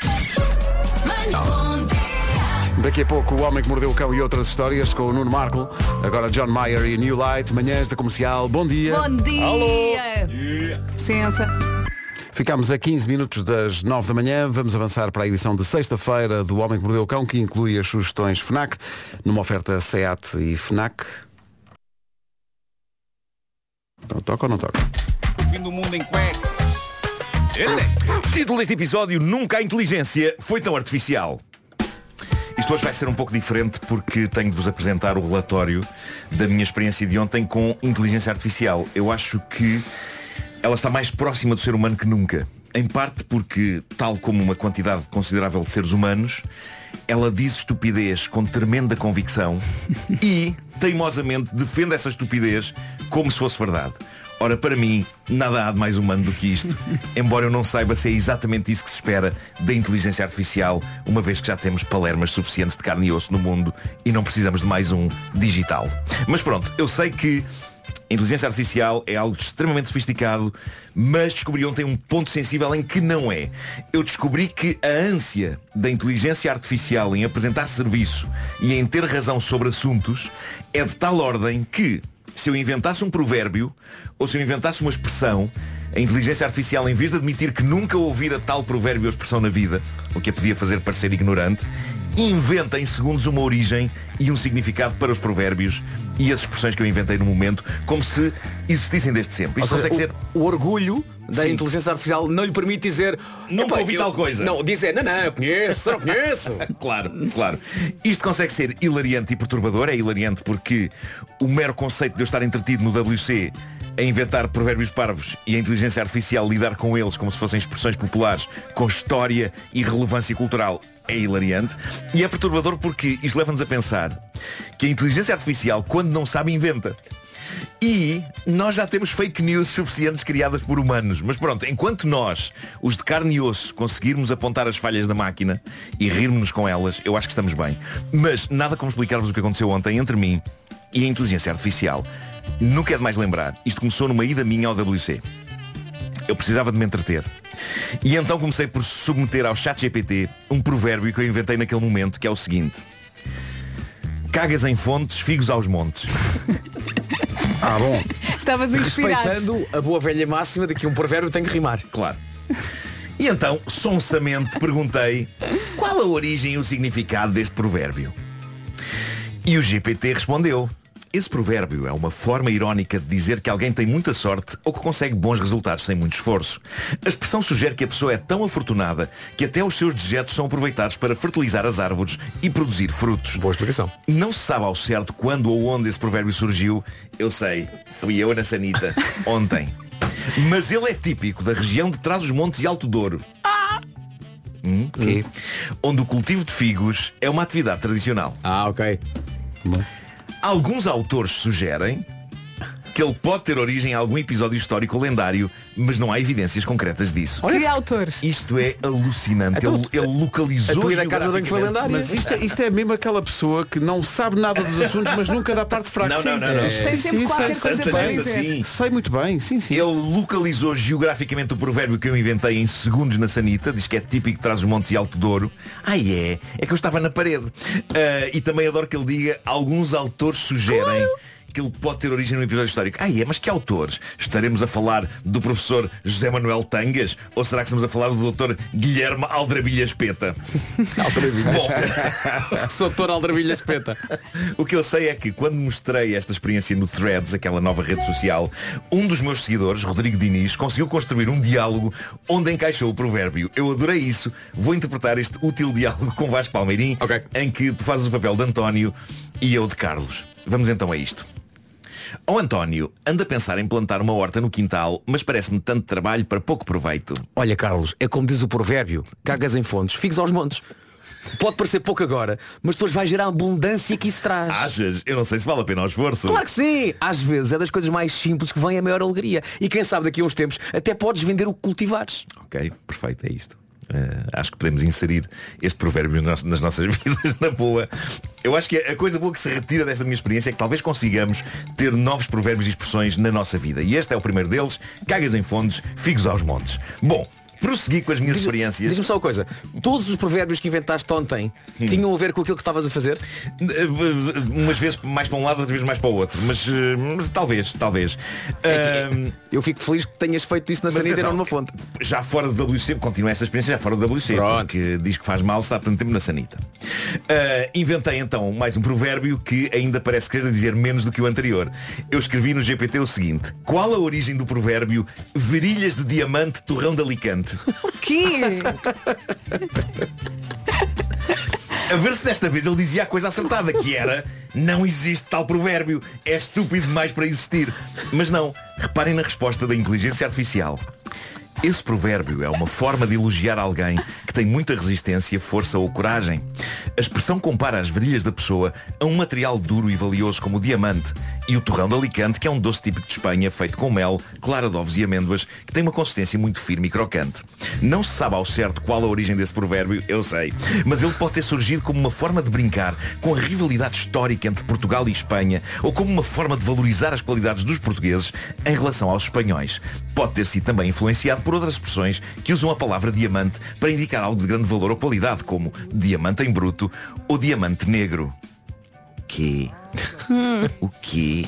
K: Daqui a pouco o Homem que Mordeu o Cão e outras histórias com o Nuno Marco. Agora John Mayer e New Light. Manhãs da Comercial. Bom dia.
D: Bom dia! Licença.
K: Ficámos a 15 minutos das 9 da manhã. Vamos avançar para a edição de sexta-feira do Homem que Mordeu o Cão, que inclui as sugestões FNAC, numa oferta SEAT e FNAC. Não toca ou não toca?
C: O fim do mundo em cueca. Ele. é Título deste episódio Nunca a inteligência foi tão artificial. Isto hoje vai ser um pouco diferente porque tenho de vos apresentar o relatório da minha experiência de ontem com inteligência artificial. Eu acho que ela está mais próxima do ser humano que nunca. Em parte porque, tal como uma quantidade considerável de seres humanos, ela diz estupidez com tremenda convicção e, teimosamente, defende essa estupidez como se fosse verdade. Ora, para mim, nada há de mais humano do que isto, embora eu não saiba se é exatamente isso que se espera da inteligência artificial, uma vez que já temos palermas suficientes de carne e osso no mundo e não precisamos de mais um digital. Mas pronto, eu sei que
K: A inteligência artificial é algo extremamente sofisticado, mas descobri ontem um ponto sensível em que não é. Eu descobri que a ânsia da inteligência artificial em apresentar serviço e em ter razão sobre assuntos é de tal ordem que, se eu inventasse um provérbio ou se eu inventasse uma expressão, a inteligência artificial, em vez de admitir que nunca ouvira tal provérbio ou expressão na vida, o que a podia fazer parecer ignorante, inventa em segundos uma origem e um significado para os provérbios e as expressões que eu inventei no momento, como se existissem desde sempre. Isto
B: Ou seja,
K: consegue ser
B: o, o orgulho da
K: Sim.
B: inteligência artificial não lhe permite dizer
K: Nunca
B: "Epá,
K: ouvi
B: eu-
K: tal coisa."
B: Não, dizer, não, não, eu conheço, não conheço.
K: claro, claro. Isto consegue ser hilariante e perturbador. É hilariante porque o mero conceito de eu estar entretido no WC a inventar provérbios parvos e a inteligência artificial lidar com eles como se fossem expressões populares com história e relevância cultural é hilariante. E é perturbador porque isto leva-nos a pensar que a inteligência artificial, quando não sabe, inventa. E nós já temos fake news suficientes criadas por humanos. Mas pronto, enquanto nós, os de carne e osso, conseguirmos apontar as falhas da máquina né? e rirmos-nos com elas, eu acho que estamos bem. Mas nada como explicar-vos o que aconteceu ontem entre mim e a inteligência artificial. Nunca é demais lembrar. Isto começou numa ida minha ao WC. Eu precisava de me entreter. E então comecei por submeter ao chat GPT um provérbio que eu inventei naquele momento, que é o seguinte. Cagas em fontes, figos aos montes.
Q: Ah, bom.
D: Estavas inspirado.
B: Respeitando a boa velha máxima de que um provérbio tem que rimar.
K: Claro. E então, sonsamente, perguntei qual a origem e o significado deste provérbio. E o GPT respondeu. Esse provérbio é uma forma irónica de dizer que alguém tem muita sorte ou que consegue bons resultados sem muito esforço. A expressão sugere que a pessoa é tão afortunada que até os seus dejetos são aproveitados para fertilizar as árvores e produzir frutos.
B: Boa explicação.
K: Não se sabe ao certo quando ou onde esse provérbio surgiu. Eu sei, fui eu na Sanita, ontem. Mas ele é típico da região de Trás-os-Montes e Alto Douro. Hum, quê? Onde o cultivo de figos é uma atividade tradicional.
B: Ah, ok.
K: Alguns autores sugerem que ele pode ter origem a algum episódio histórico ou lendário, mas não há evidências concretas disso.
D: Que autores?
K: Isto é alucinante.
D: Então,
K: ele, ele localizou. geograficamente.
Q: Mas isto, é- isto é mesmo aquela pessoa que não sabe nada dos assuntos, mas nunca dá parte fraca.
K: Não, não,
Q: Sim. É,
K: não, não.
Q: Sim, sim, sei, sei
K: Tanta
Q: bem.
K: gente assim.
Q: Sei muito bem, sim, sim.
K: Ele localizou geograficamente o provérbio que eu inventei em segundos na sanita, diz que é típico traz os montes e alto douro. Ah é, é que eu estava na parede. Ah, e também adoro que ele diga, alguns autores sugerem. Que ele pode ter origem num episódio histórico. Ah, é, mas que autores? Estaremos a falar do professor José Manuel Tangas? Ou será que estamos a falar do doutor Guilherme Aldrabilha Espeta? Bom,
B: sou doutor Aldrabilha Espeta.
K: O que eu sei é que quando mostrei esta experiência no Threads, aquela nova rede social, um dos meus seguidores, Rodrigo Diniz, conseguiu construir um diálogo onde encaixou o provérbio. Eu adorei isso. Vou interpretar este útil diálogo com Vasco Palmeirim, em que tu fazes o papel de António e eu de Carlos. Vamos então a isto. Ó António, anda a pensar em plantar uma horta no quintal, mas parece-me tanto trabalho para pouco proveito.
B: Olha, Carlos, é como diz o provérbio, cagas em fontes, figos aos montes. Pode parecer pouco agora, mas depois vai gerar a abundância que isso traz.
K: Achas? Eu não sei se vale a pena o esforço.
B: Claro que sim! Às vezes é das coisas mais simples que vem a maior alegria. E quem sabe daqui a uns tempos até podes vender o que cultivares.
K: Ok, perfeito, é isto. Eh, acho que podemos inserir este provérbio nas nas nossas vidas na boa. Eu acho que a coisa boa que se retira desta minha experiência é que talvez consigamos ter novos provérbios e expressões na nossa vida. E este é o primeiro deles, cagas em fontes, figos aos montes. Bom, prossegui com as minhas experiências.
B: Diz-me só uma coisa, todos os provérbios que inventaste ontem
K: Hum.
B: tinham a ver com aquilo que estavas a fazer?
K: eh, Umas vezes mais para um lado, outras vezes mais para o outro. Mas, eh, mas talvez, talvez.
B: eu fico feliz que tenhas feito isso na sanita e não numa fonte.
K: Já fora do WC, continua esta experiência já fora do WC, porque diz que faz mal se está tanto tempo na sanita. Ah, inventei então mais um provérbio que ainda parece querer dizer menos do que o anterior. Eu escrevi no GPT o seguinte. Qual a origem do provérbio virilhas de diamante, torrão de alicante?
D: O quê?
K: A ver se desta vez ele dizia a coisa acertada, que era não existe tal provérbio, é estúpido demais para existir. Mas não, reparem na resposta da inteligência artificial. Esse provérbio é uma forma de elogiar alguém que tem muita resistência, força ou coragem. A expressão compara as virilhas da pessoa a um material duro e valioso como o diamante e o torrão de Alicante, que é um doce típico de Espanha feito com mel, clara de ovos e amêndoas, que tem uma consistência muito firme e crocante. Não se sabe ao certo qual a origem desse provérbio, eu sei, mas ele pode ter surgido como uma forma de brincar com a rivalidade histórica entre Portugal e Espanha ou como uma forma de valorizar as qualidades dos portugueses em relação aos espanhóis. Pode ter sido também influenciado por outras expressões que usam a palavra diamante para indicar algo de grande valor ou qualidade, como diamante em bruto ou diamante negro. Que? o quê?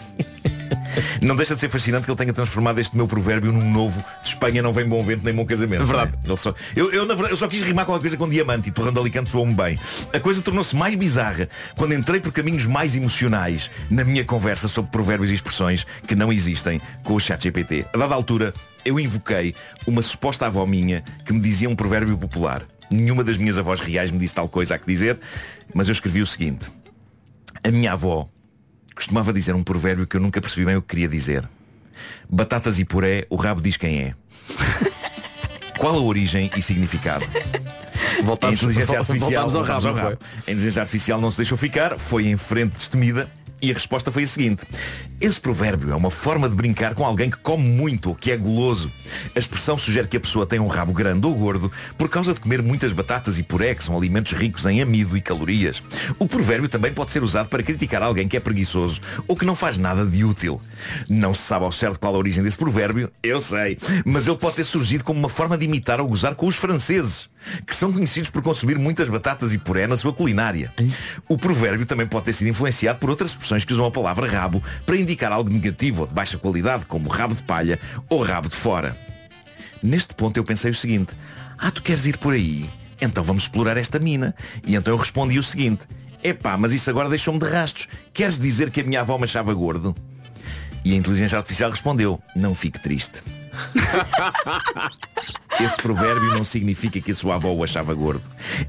K: Não deixa de ser fascinante que ele tenha transformado este meu provérbio num novo de Espanha não vem bom vento nem bom casamento.
B: Verdade.
K: Ele só, eu, eu, na verdade, eu só quis rimar qualquer coisa com diamante e torrando Alicante soou-me bem. A coisa tornou-se mais bizarra quando entrei por caminhos mais emocionais na minha conversa sobre provérbios e expressões que não existem com o chat GPT. A dada altura, eu invoquei uma suposta avó minha que me dizia um provérbio popular. Nenhuma das minhas avós reais me disse tal coisa a que dizer, mas eu escrevi o seguinte. A minha avó costumava dizer um provérbio que eu nunca percebi bem o que queria dizer. Batatas e puré, o rabo diz quem é. Qual a origem e significado?
B: Voltamos-
K: a inteligência
B: vol-
K: artificial,
B: voltamos ao rabo, não
K: A inteligência artificial não se deixou ficar, foi em frente destemida e a resposta foi a seguinte. Esse provérbio é uma forma de brincar com alguém que come muito ou que é guloso. A expressão sugere que a pessoa tem um rabo grande ou gordo por causa de comer muitas batatas e puré, que são alimentos ricos em amido e calorias. O provérbio também pode ser usado para criticar alguém que é preguiçoso ou que não faz nada de útil. Não se sabe ao certo qual a origem desse provérbio, eu sei, mas ele pode ter surgido como uma forma de imitar ou gozar com os franceses, que são conhecidos por consumir muitas batatas e puré na sua culinária. O provérbio também pode ter sido influenciado por outras expressões que usam a palavra rabo para indicar algo negativo ou de baixa qualidade, como rabo de palha ou rabo de fora. Neste ponto eu pensei o seguinte, ah, tu queres ir por aí? Então vamos explorar esta mina. E então eu respondi o seguinte, epá, mas isso agora deixou-me de rastos. Queres dizer que a minha avó me achava gordo? E a inteligência artificial respondeu, não fique triste. Esse provérbio não significa que a sua avó o achava gordo.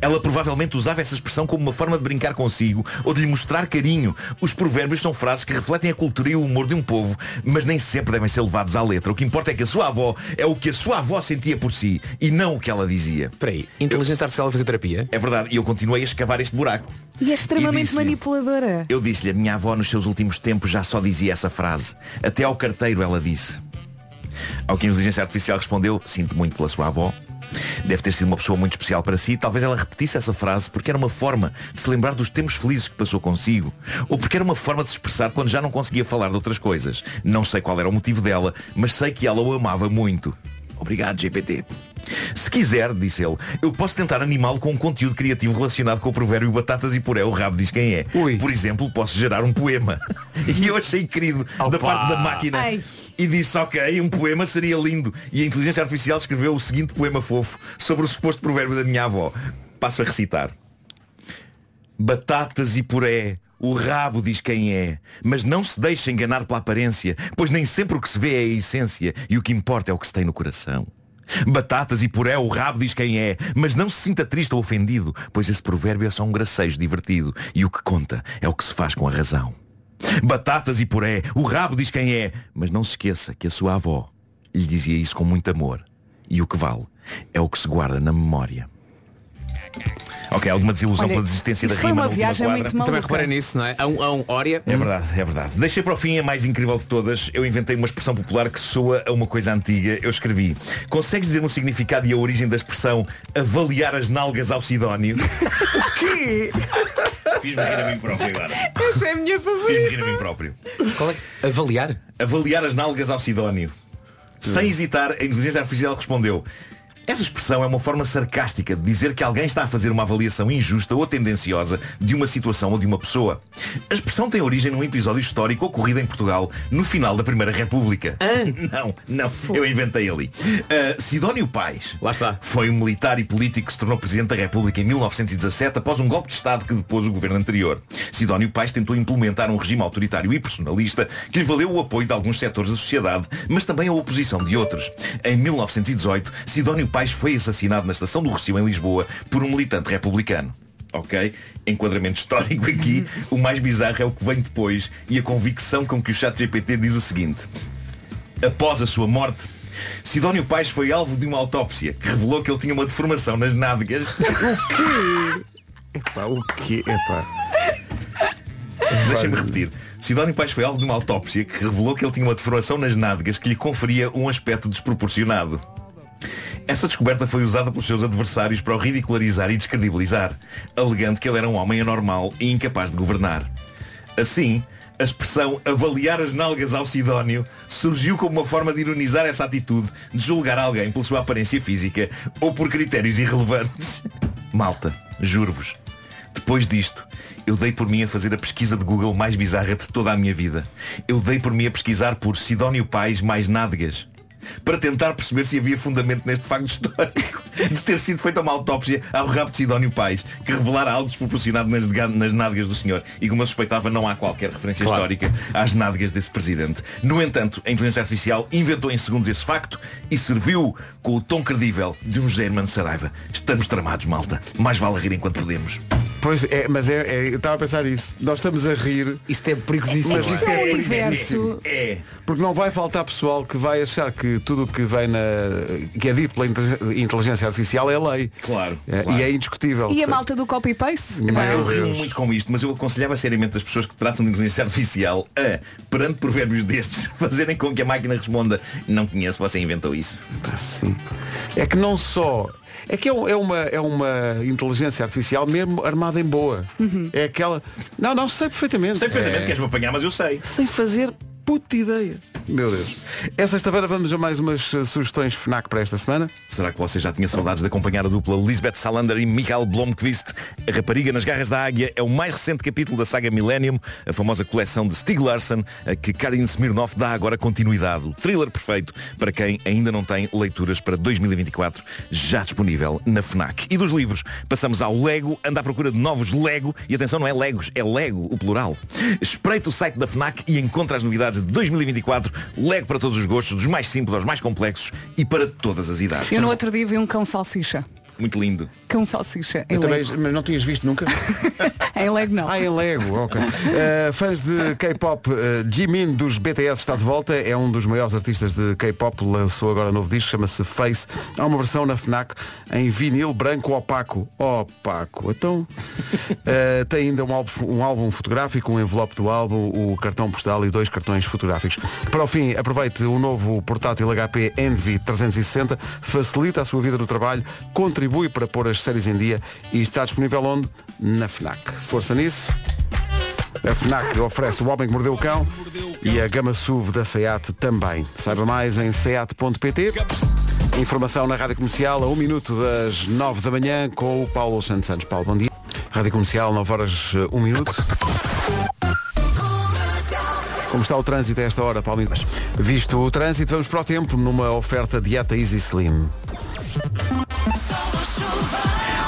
K: Ela provavelmente usava essa expressão como uma forma de brincar consigo ou de lhe mostrar carinho. Os provérbios são frases que refletem a cultura e o humor de um povo, mas nem sempre devem ser levados à letra. O que importa é que a sua avó é o que a sua avó sentia por si e não o que ela dizia. Peraí, inteligência artificial a fazer terapia? É verdade, e eu continuei a escavar este buraco.
D: E é extremamente
K: disse-lhe-
D: manipuladora.
K: Eu disse-lhe, a minha avó nos seus últimos tempos já só dizia essa frase. Até ao carteiro ela disse. Ao que a inteligência artificial respondeu, sinto muito pela sua avó. Deve ter sido uma pessoa muito especial para si. Talvez ela repetisse essa frase porque era uma forma de se lembrar dos tempos felizes que passou consigo. Ou porque era uma forma de se expressar quando já não conseguia falar de outras coisas. Não sei qual era o motivo dela, mas sei que ela o amava muito. Obrigado, GPT. Se quiser, disse ele, eu posso tentar animá-lo com um conteúdo criativo relacionado com o provérbio batatas e puré, o rabo diz quem é. Por exemplo, posso gerar um poema. E eu achei querido da parte da máquina.
D: Ai.
K: E disse, ok, um poema seria lindo. E a inteligência artificial escreveu o seguinte poema fofo sobre o suposto provérbio da minha avó. Passo a recitar. Batatas e puré. O rabo diz quem é, mas não se deixe enganar pela aparência, pois nem sempre o que se vê é a essência e o que importa é o que se tem no coração. Batatas e puré, o rabo diz quem é, mas não se sinta triste ou ofendido, pois esse provérbio é só um gracejo divertido e o que conta é o que se faz com a razão. Batatas e puré, o rabo diz quem é, mas não se esqueça que a sua avó lhe dizia isso com muito amor e o que vale é o que se guarda na memória. Ok, alguma desilusão
D: Olha,
K: pela desistência da
D: isto foi uma
K: rima na última
D: viagem
K: quadra.
D: muito maluca. Também reparei
K: nisso, não é? A um, a um ória. É verdade, é verdade. Deixei para o fim a mais incrível de todas. Eu inventei uma expressão popular que soa a uma coisa antiga. Eu escrevi. Consegues dizer-me o significado e a origem da expressão avaliar as nalgas ao Sidónio?
D: Que?
K: Fiz-me rir a mim próprio agora.
D: Essa é a minha
K: Fiz-me
D: favorita.
K: rir a mim próprio.
B: é?
K: Avaliar? Avaliar as nalgas ao Sidónio. Sem hesitar, a inteligência artificial respondeu. Essa expressão é uma forma sarcástica de dizer que alguém está a fazer uma avaliação injusta ou tendenciosa de uma situação ou de uma pessoa. A expressão tem origem num episódio histórico ocorrido em Portugal no final da Primeira República. Não, não, eu inventei ali. Ah, Sidónio Pais. Lá está. Foi um militar e político que se tornou presidente da República em 1917 após um golpe de Estado que depôs o governo anterior. Sidónio Pais tentou implementar um regime autoritário e personalista que lhe valeu o apoio de alguns setores da sociedade, mas também a oposição de outros. Em 1918, Sidónio Pais foi assassinado na estação do Rocio em Lisboa por um militante republicano. Ok? Enquadramento histórico aqui. O mais bizarro é o que vem depois e a convicção com que o chat GPT diz o seguinte. Após a sua morte,
C: Sidónio Pais foi alvo
K: um
C: de uma autópsia que revelou que ele tinha uma deformação nas nádegas.
K: O quê? Epá, o quê? Epá.
C: Deixem-me repetir. Sidónio Pais foi alvo de uma autópsia que revelou que ele tinha uma deformação nas nádegas que lhe conferia um aspecto desproporcionado. Essa descoberta foi usada pelos seus adversários para o ridicularizar e descredibilizar, alegando que ele era um homem anormal e incapaz de governar. Assim, a expressão avaliar as nalgas ao Sidónio surgiu como uma forma de ironizar essa atitude de julgar alguém pela sua aparência física ou por critérios irrelevantes. Malta, juro-vos, depois disto, eu dei por mim a fazer a pesquisa de Google mais bizarra de toda a minha vida. Eu dei por mim a pesquisar por Sidónio Pais mais nádegas. Para tentar perceber se havia fundamento neste facto histórico de ter sido feita uma autópsia ao rabo de Sidónio Pais, que revelara algo desproporcionado nas, dega- nas nádegas do senhor e como eu suspeitava não há qualquer referência histórica às nádegas desse presidente. No entanto, a inteligência artificial inventou em segundos esse facto e serviu com o tom credível de um José Hermano Saraiva. Estamos tramados, malta. Mais vale rir enquanto podemos.
K: Pois é, mas é, é- eu estava a pensar isso. Nós estamos a rir.
O: Isto é perigosíssimo.
K: Mas isto
O: Isto
K: é,
O: é um
K: perigosíssimo.
O: universo.
C: É.
K: Porque não vai faltar pessoal que vai achar que tudo o que vem na. que é dito pela inte- inteligência artificial é lei.
C: Claro.
K: É, E é indiscutível.
D: E a malta do copy-paste?
C: Epá,
D: Não.
C: eu rio muito com isto, mas eu aconselhava seriamente as pessoas que tratam de inteligência artificial a, perante provérbios destes, fazerem com que a máquina responda não conheço, você inventou isso.
K: Sim. É que não só. É que é, um- é uma, é uma inteligência artificial mesmo armada em boa. É aquela. Não, não, sei perfeitamente. É.
C: Sei perfeitamente que queres-me apanhar, mas eu sei.
K: Sem fazer puta ideia. Meu Deus. É sexta-feira, vamos a mais umas eh, sugestões FNAC para esta semana.
C: Será que você já tinha saudades de acompanhar a dupla Lisbeth Salander e Michael Blomqvist? A Rapariga nas Garras da Águia é o mais recente capítulo da saga Millennium, a famosa coleção de Stig Larsson, a que Karin Smirnoff dá agora continuidade. O thriller perfeito para quem ainda não tem leituras para 2024, já disponível na FNAC. E dos livros, passamos ao Lego, anda à procura de novos Lego, e atenção, não é Legos, é Lego, o plural. Espreita o site da FNAC e encontra as novidades de 2024, Lego para todos os gostos, dos mais simples aos mais complexos e para todas as idades.
D: Eu no outro dia vi um cão salsicha.
C: Muito lindo.
D: Cão salsicha. Em
K: Eu também,
D: Lego.
K: mas não tinhas visto nunca?
D: Em Lego não.
K: Ah, em Lego, ok. Eh, fãs de K-pop, eh, Jimin dos BTS está de volta, é um dos maiores artistas de K-pop, lançou agora um novo disco, chama-se Face. Há uma versão na FNAC em vinil branco opaco. Opaco. Então, eh, tem ainda um álbum, um álbum fotográfico, um envelope do álbum, o cartão postal e dois cartões fotográficos. Para o fim, aproveite o novo portátil HP Envy 360, facilita a sua vida no trabalho, contribui para pôr as séries em dia e está disponível onde? Na FNAC. Força nisso. A FNAC oferece o Homem que Mordeu o Cão e a gama SUV da SEAT também. Saiba mais em seat.pt. Informação na Rádio Comercial a 1 minuto das 9 da manhã com o Paulo Santos Santos. Paulo, bom dia. Rádio Comercial, 9 horas 1 minuto. Como está o trânsito a esta hora, Paulinho? Visto o trânsito, vamos para o tempo numa oferta dieta Easy Slim.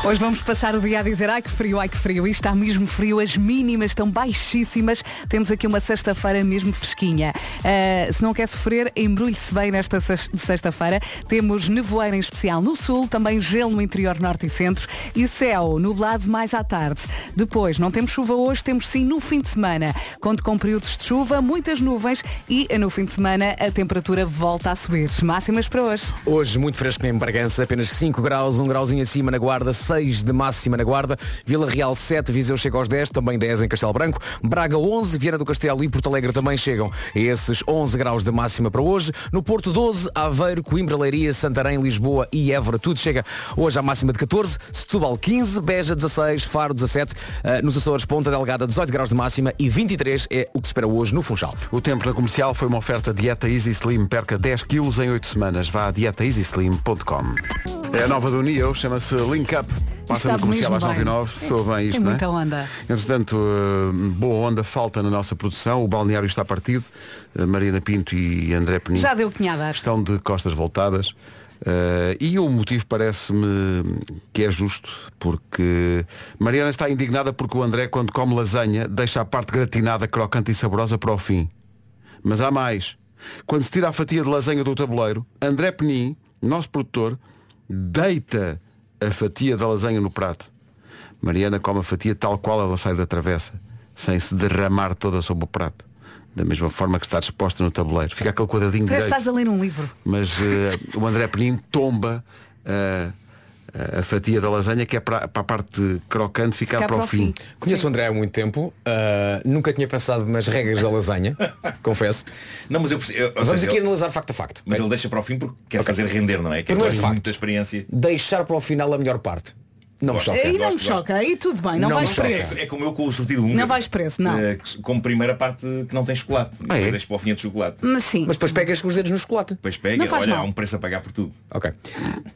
D: Hoje vamos passar o dia a dizer ai que frio, ai que frio. E está mesmo frio, as mínimas estão baixíssimas. Temos aqui uma sexta-feira mesmo fresquinha. Ah, se não quer sofrer, embrulhe-se bem nesta sex- sexta-feira. Temos nevoeiro em especial no sul, também gelo no interior norte e centro e céu nublado mais à tarde. Depois, não temos chuva hoje, temos sim no fim de semana. Conto com períodos de chuva, muitas nuvens e no fim de semana a temperatura volta a subir. Máximas para hoje.
B: Hoje, muito fresco em Bragança, apenas 5 graus, 1 grauzinho acima na Guarda, 6 de máxima na Guarda, Vila Real 7, Viseu chega aos 10, também 10 em Castelo Branco, Braga 11, Viana do Castelo e Porto Alegre também chegam a esses 11 graus de máxima para hoje. No Porto 12, Aveiro, Coimbra, Leiria, Santarém, Lisboa e Évora, tudo chega hoje à máxima de 14, Setúbal 15, Beja 16, Faro 17, eh, nos Açores, Ponta Delgada 18 graus de máxima e 23 é o que se espera hoje no Funchal.
K: O tempo na comercial foi uma oferta Dieta Easy Slim. Perca 10 quilos em 8 semanas. Vá a dietaeasyslim.com. É a nova do Neo, chama-se Link Up. Passa
D: Está
K: no comercial
D: mesmo
K: às 9 e
D: bem.
K: 9 Soa bem isto,
D: Tem
K: não é?
D: muita onda.
K: Entretanto, eh, boa onda falta na nossa produção. O balneário está partido. Eh, Mariana Pinto e André Penin
D: Já deu cunhadas.
K: estão de costas voltadas. Eh, e o motivo parece-me que é justo, porque Mariana está indignada porque o André, quando come lasanha, deixa a parte gratinada, crocante e saborosa para o fim. Mas há mais. Quando se tira a fatia de lasanha do tabuleiro, André Penin, nosso produtor, deita a fatia da lasanha no prato. Mariana come a fatia tal qual ela sai da travessa, sem se derramar toda sobre o prato. da mesma forma que está disposta no tabuleiro. Fica aquele quadradinho
D: Parece que
K: direito.
D: estás a ler um livro.
K: Mas eh, o André Penin tomba eh, a- a fatia da lasanha que é para, para a parte crocante ficar, para o fim.
B: Conheço o André há muito tempo, ah, nunca tinha pensado nas regras da lasanha, confesso.
C: Não, mas eu, eu ou
B: Vamos
C: seja,
B: aqui
C: ele-
B: analisar facto a facto.
C: Mas ele deixa para o fim porque quer
B: Ok.
C: fazer render, não é? Quer
B: Primeiro
C: fazer
B: facto.
C: muita experiência.
B: Deixar para o final a melhor parte. Não me
C: Gosto. É
B: choca.
D: aí não
C: gosto,
D: me
C: gosto.
D: choca, aí tudo bem, não, vais preso.
C: É, é como eu com o sortido 1.
D: Não vais preso,
C: É.
D: não.
C: como primeira parte que não tem chocolate. E
K: Ah, é?
C: depois deixa para o fim de chocolate.
D: Mas sim.
B: Ah, é? Mas depois pegas com os dedos no chocolate.
C: Depois pega,
B: Não faz
C: olha,
B: mal.
C: há um preço a pagar por tudo.
B: Ok.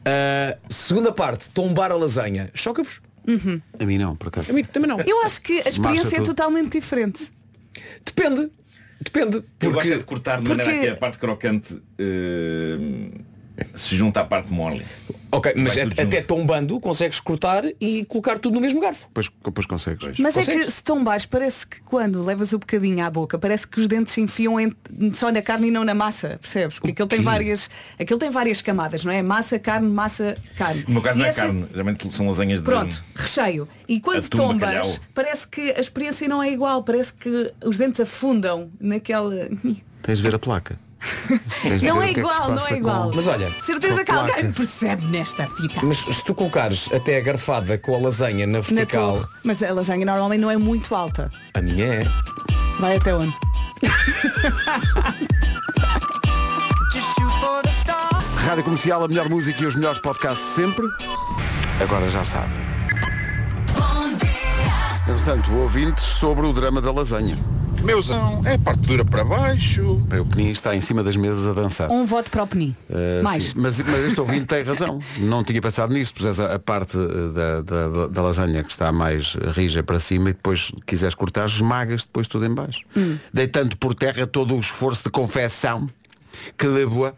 B: Ah, segunda parte, tombar a lasanha. Choca-vos?
D: Uhum.
K: A mim não, por acaso.
B: A mim também não.
D: Eu acho que a
B: Marcha
D: experiência é
B: tudo.
D: totalmente diferente.
B: Depende. Depende.
C: Eu gosto é de cortar de maneira
D: porque-
C: a que a parte crocante eh, se junta à parte mole.
B: Ok, mas at- até tombando consegues cortar e colocar tudo no mesmo garfo.
K: Pois, pois consegues.
D: Mas é que se tombares, parece que quando levas o bocadinho à boca, parece que os dentes se enfiam ent- só na carne e não na massa, percebes? Porque aquilo tem, várias, aquilo tem várias camadas, não é? Massa, carne, massa, carne.
C: No meu caso
D: E
C: não é
D: essa-
C: carne, geralmente são lasanhas de
D: Pronto, recheio. E quando
C: Atum,
D: tombas,
C: bacalhau.
D: parece que a experiência não é igual, parece que os dentes afundam naquela.
K: Tens de ver a placa. Tens de
D: Não é
K: ver o que que se
D: igual, não
K: passa
D: é igual.
K: com-
B: Mas olha,
D: Certeza que
B: com a placa.
D: alguém percebe nesta fita.
B: Mas se tu colocares até a garfada com a lasanha na
D: Na
B: vertical,
D: torre. Mas a lasanha normalmente não é muito alta.
B: a minha é.
D: Vai até onde?
K: Rádio Comercial, a melhor música e os melhores podcasts sempre. Agora já sabe. Entretanto, ouvintes sobre o drama da lasanha. Meus não, é parte dura para baixo. O Penin está em cima das mesas a dançar.
D: Um voto para o Penin.
K: Uh,
D: Mais.
K: sim. Mas, mas este ouvinte tem razão. Não tinha pensado nisso. Puseste a, a parte uh, da, da- da- da lasanha que está mais rija para cima e depois quiseres cortar, esmagas depois tudo em baixo.
G: Hum.
K: Deitando por terra todo o esforço de confecção que levou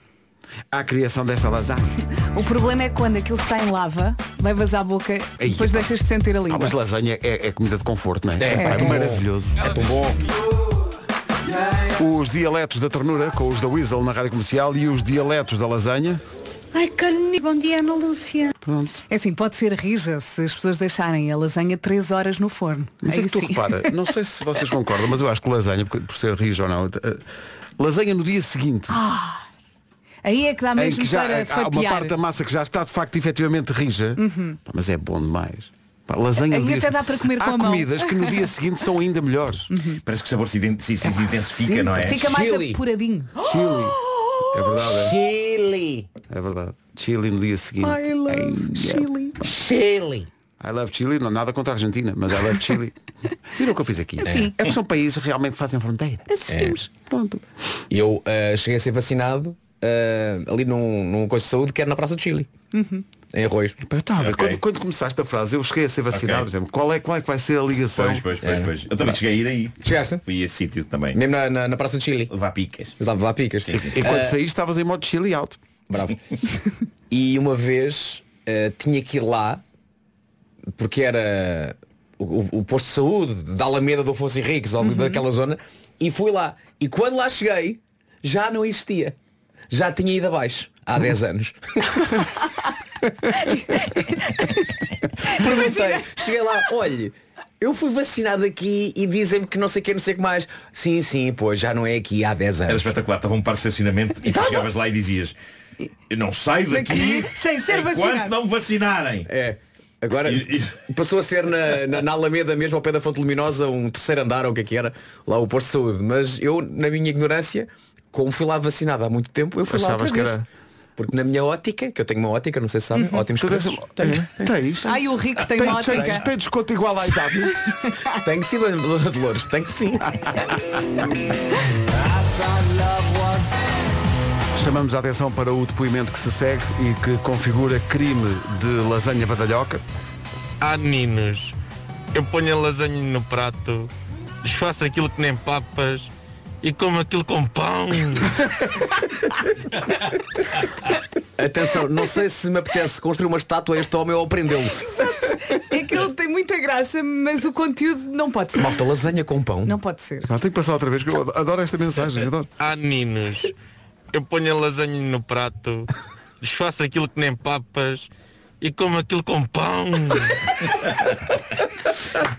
K: à criação desta lasanha.
D: O problema é que quando aquilo está em lava, levas à boca e depois deixas de sentir a
K: Ah,
D: língua.
K: mas lasanha é, é comida de conforto, não é?
D: É,
K: Pá,
D: é tão bom.
K: maravilhoso. É tão bom. Os dialetos da ternura com os da Weasel na rádio comercial e os dialetos da lasanha.
D: Ai, carne, bom dia, Ana Lúcia.
K: Pronto.
D: É assim, pode ser rija se as pessoas deixarem a lasanha 3 horas no forno.
K: Mas é
D: Aí
K: que tu
D: sim.
K: repara, não sei se vocês concordam, mas eu acho que lasanha, porque- por ser rijo ou não, eh, lasanha no dia seguinte,
D: Ah, aí é que dá
K: em
D: mesmo
K: que já
D: para
K: há uma
D: fatiar.
K: parte da massa que já está de facto efetivamente rija,
D: Uhum.
K: Pá, mas é bom demais. Pá, lasanha
D: Aí
K: no dia
D: até dá para comer
K: há
D: com a mão.
K: comidas que no dia seguinte são ainda melhores.
C: Parece que o sabor se, ident- se- se intensifica, não é?
D: Fica mais apuradinho.
K: Chili. É verdade, é?
D: Chili.
K: É verdade. Chili no dia seguinte.
D: I love chili. Chili.
K: I love Chile, não, nada contra a Argentina, mas I love Chile. Viram o que eu fiz aqui?
D: Sim. É.
K: É que são países que realmente fazem fronteira.
D: Assistimos. Pronto.
B: Eu ah, cheguei a ser vacinado ah, ali num, num coisa de saúde que era na Praça do Chile.
D: Uhum.
B: Em arroz.
K: Quando, quando começaste a frase, eu cheguei a ser vacinado, por exemplo, qual é, qual é que vai ser a ligação?
C: Pois, pois, pois, pois. Eu também cheguei a ir aí. Chegaste? Fui a esse sítio também.
B: Mesmo na, na, na Praça do Chile.
C: Vá picas.
B: Lá, vá picas. Sim,
K: E
C: É.
K: quando saíste estavas em modo chile out.
B: Bravo. e uma vez eh, tinha que ir lá porque era o, o- o posto de saúde da Alameda do Afonso Henriques ou daquela zona e fui lá. E quando lá cheguei já não existia. Já tinha ido abaixo há 10 anos. Perguntei, cheguei lá, olhe, eu fui vacinado aqui e dizem-me que não sei o que, não sei o que mais. Sim, sim, pois já não é aqui há 10 anos.
C: Era espetacular, estava um parque de estacionamento e tu chegavas lá e dizias Eu não saio daqui
D: Sem ser
C: enquanto
D: vacinado.
C: não me vacinarem.
B: É. Agora passou a ser na, na, na Alameda mesmo, ao pé da Fonte Luminosa, um terceiro andar ou o que é que era, lá o posto de saúde. Mas eu, na minha ignorância, como fui lá vacinado há muito tempo, eu fui lá
K: Achavas
B: outra
K: que
B: vez.
K: era-
B: Porque na minha ótica, que eu tenho uma ótica, não sei se sabem,
K: Uhum.
B: ótimos
K: Tu tens-
B: preços.
K: É, tens.
D: Ai, o rico tem
K: Tem-
D: uma ótica.
K: tem- tem desconto igual à idade.
B: tenho sim, Dona Dolores, tenho que sim.
K: Chamamos a atenção para o depoimento que se segue e que configura crime de lasanha badalhoca.
E: Ah, meninos, eu ponho a lasanha no prato, desfaço aquilo que nem papas e como aquilo com pão.
B: Atenção, não sei se me apetece construir uma estátua a este homem ou prendê-lo.
D: É que ele tem muita graça, mas o conteúdo não pode ser.
B: Malta, lasanha com pão.
D: Não pode ser.
K: Pá, Tenho que passar outra vez, que eu ad- adoro esta mensagem. Adoro.
E: Ah, meninos, eu ponho a lasanha no prato, desfaço aquilo que nem papas
R: e como aquilo com pão.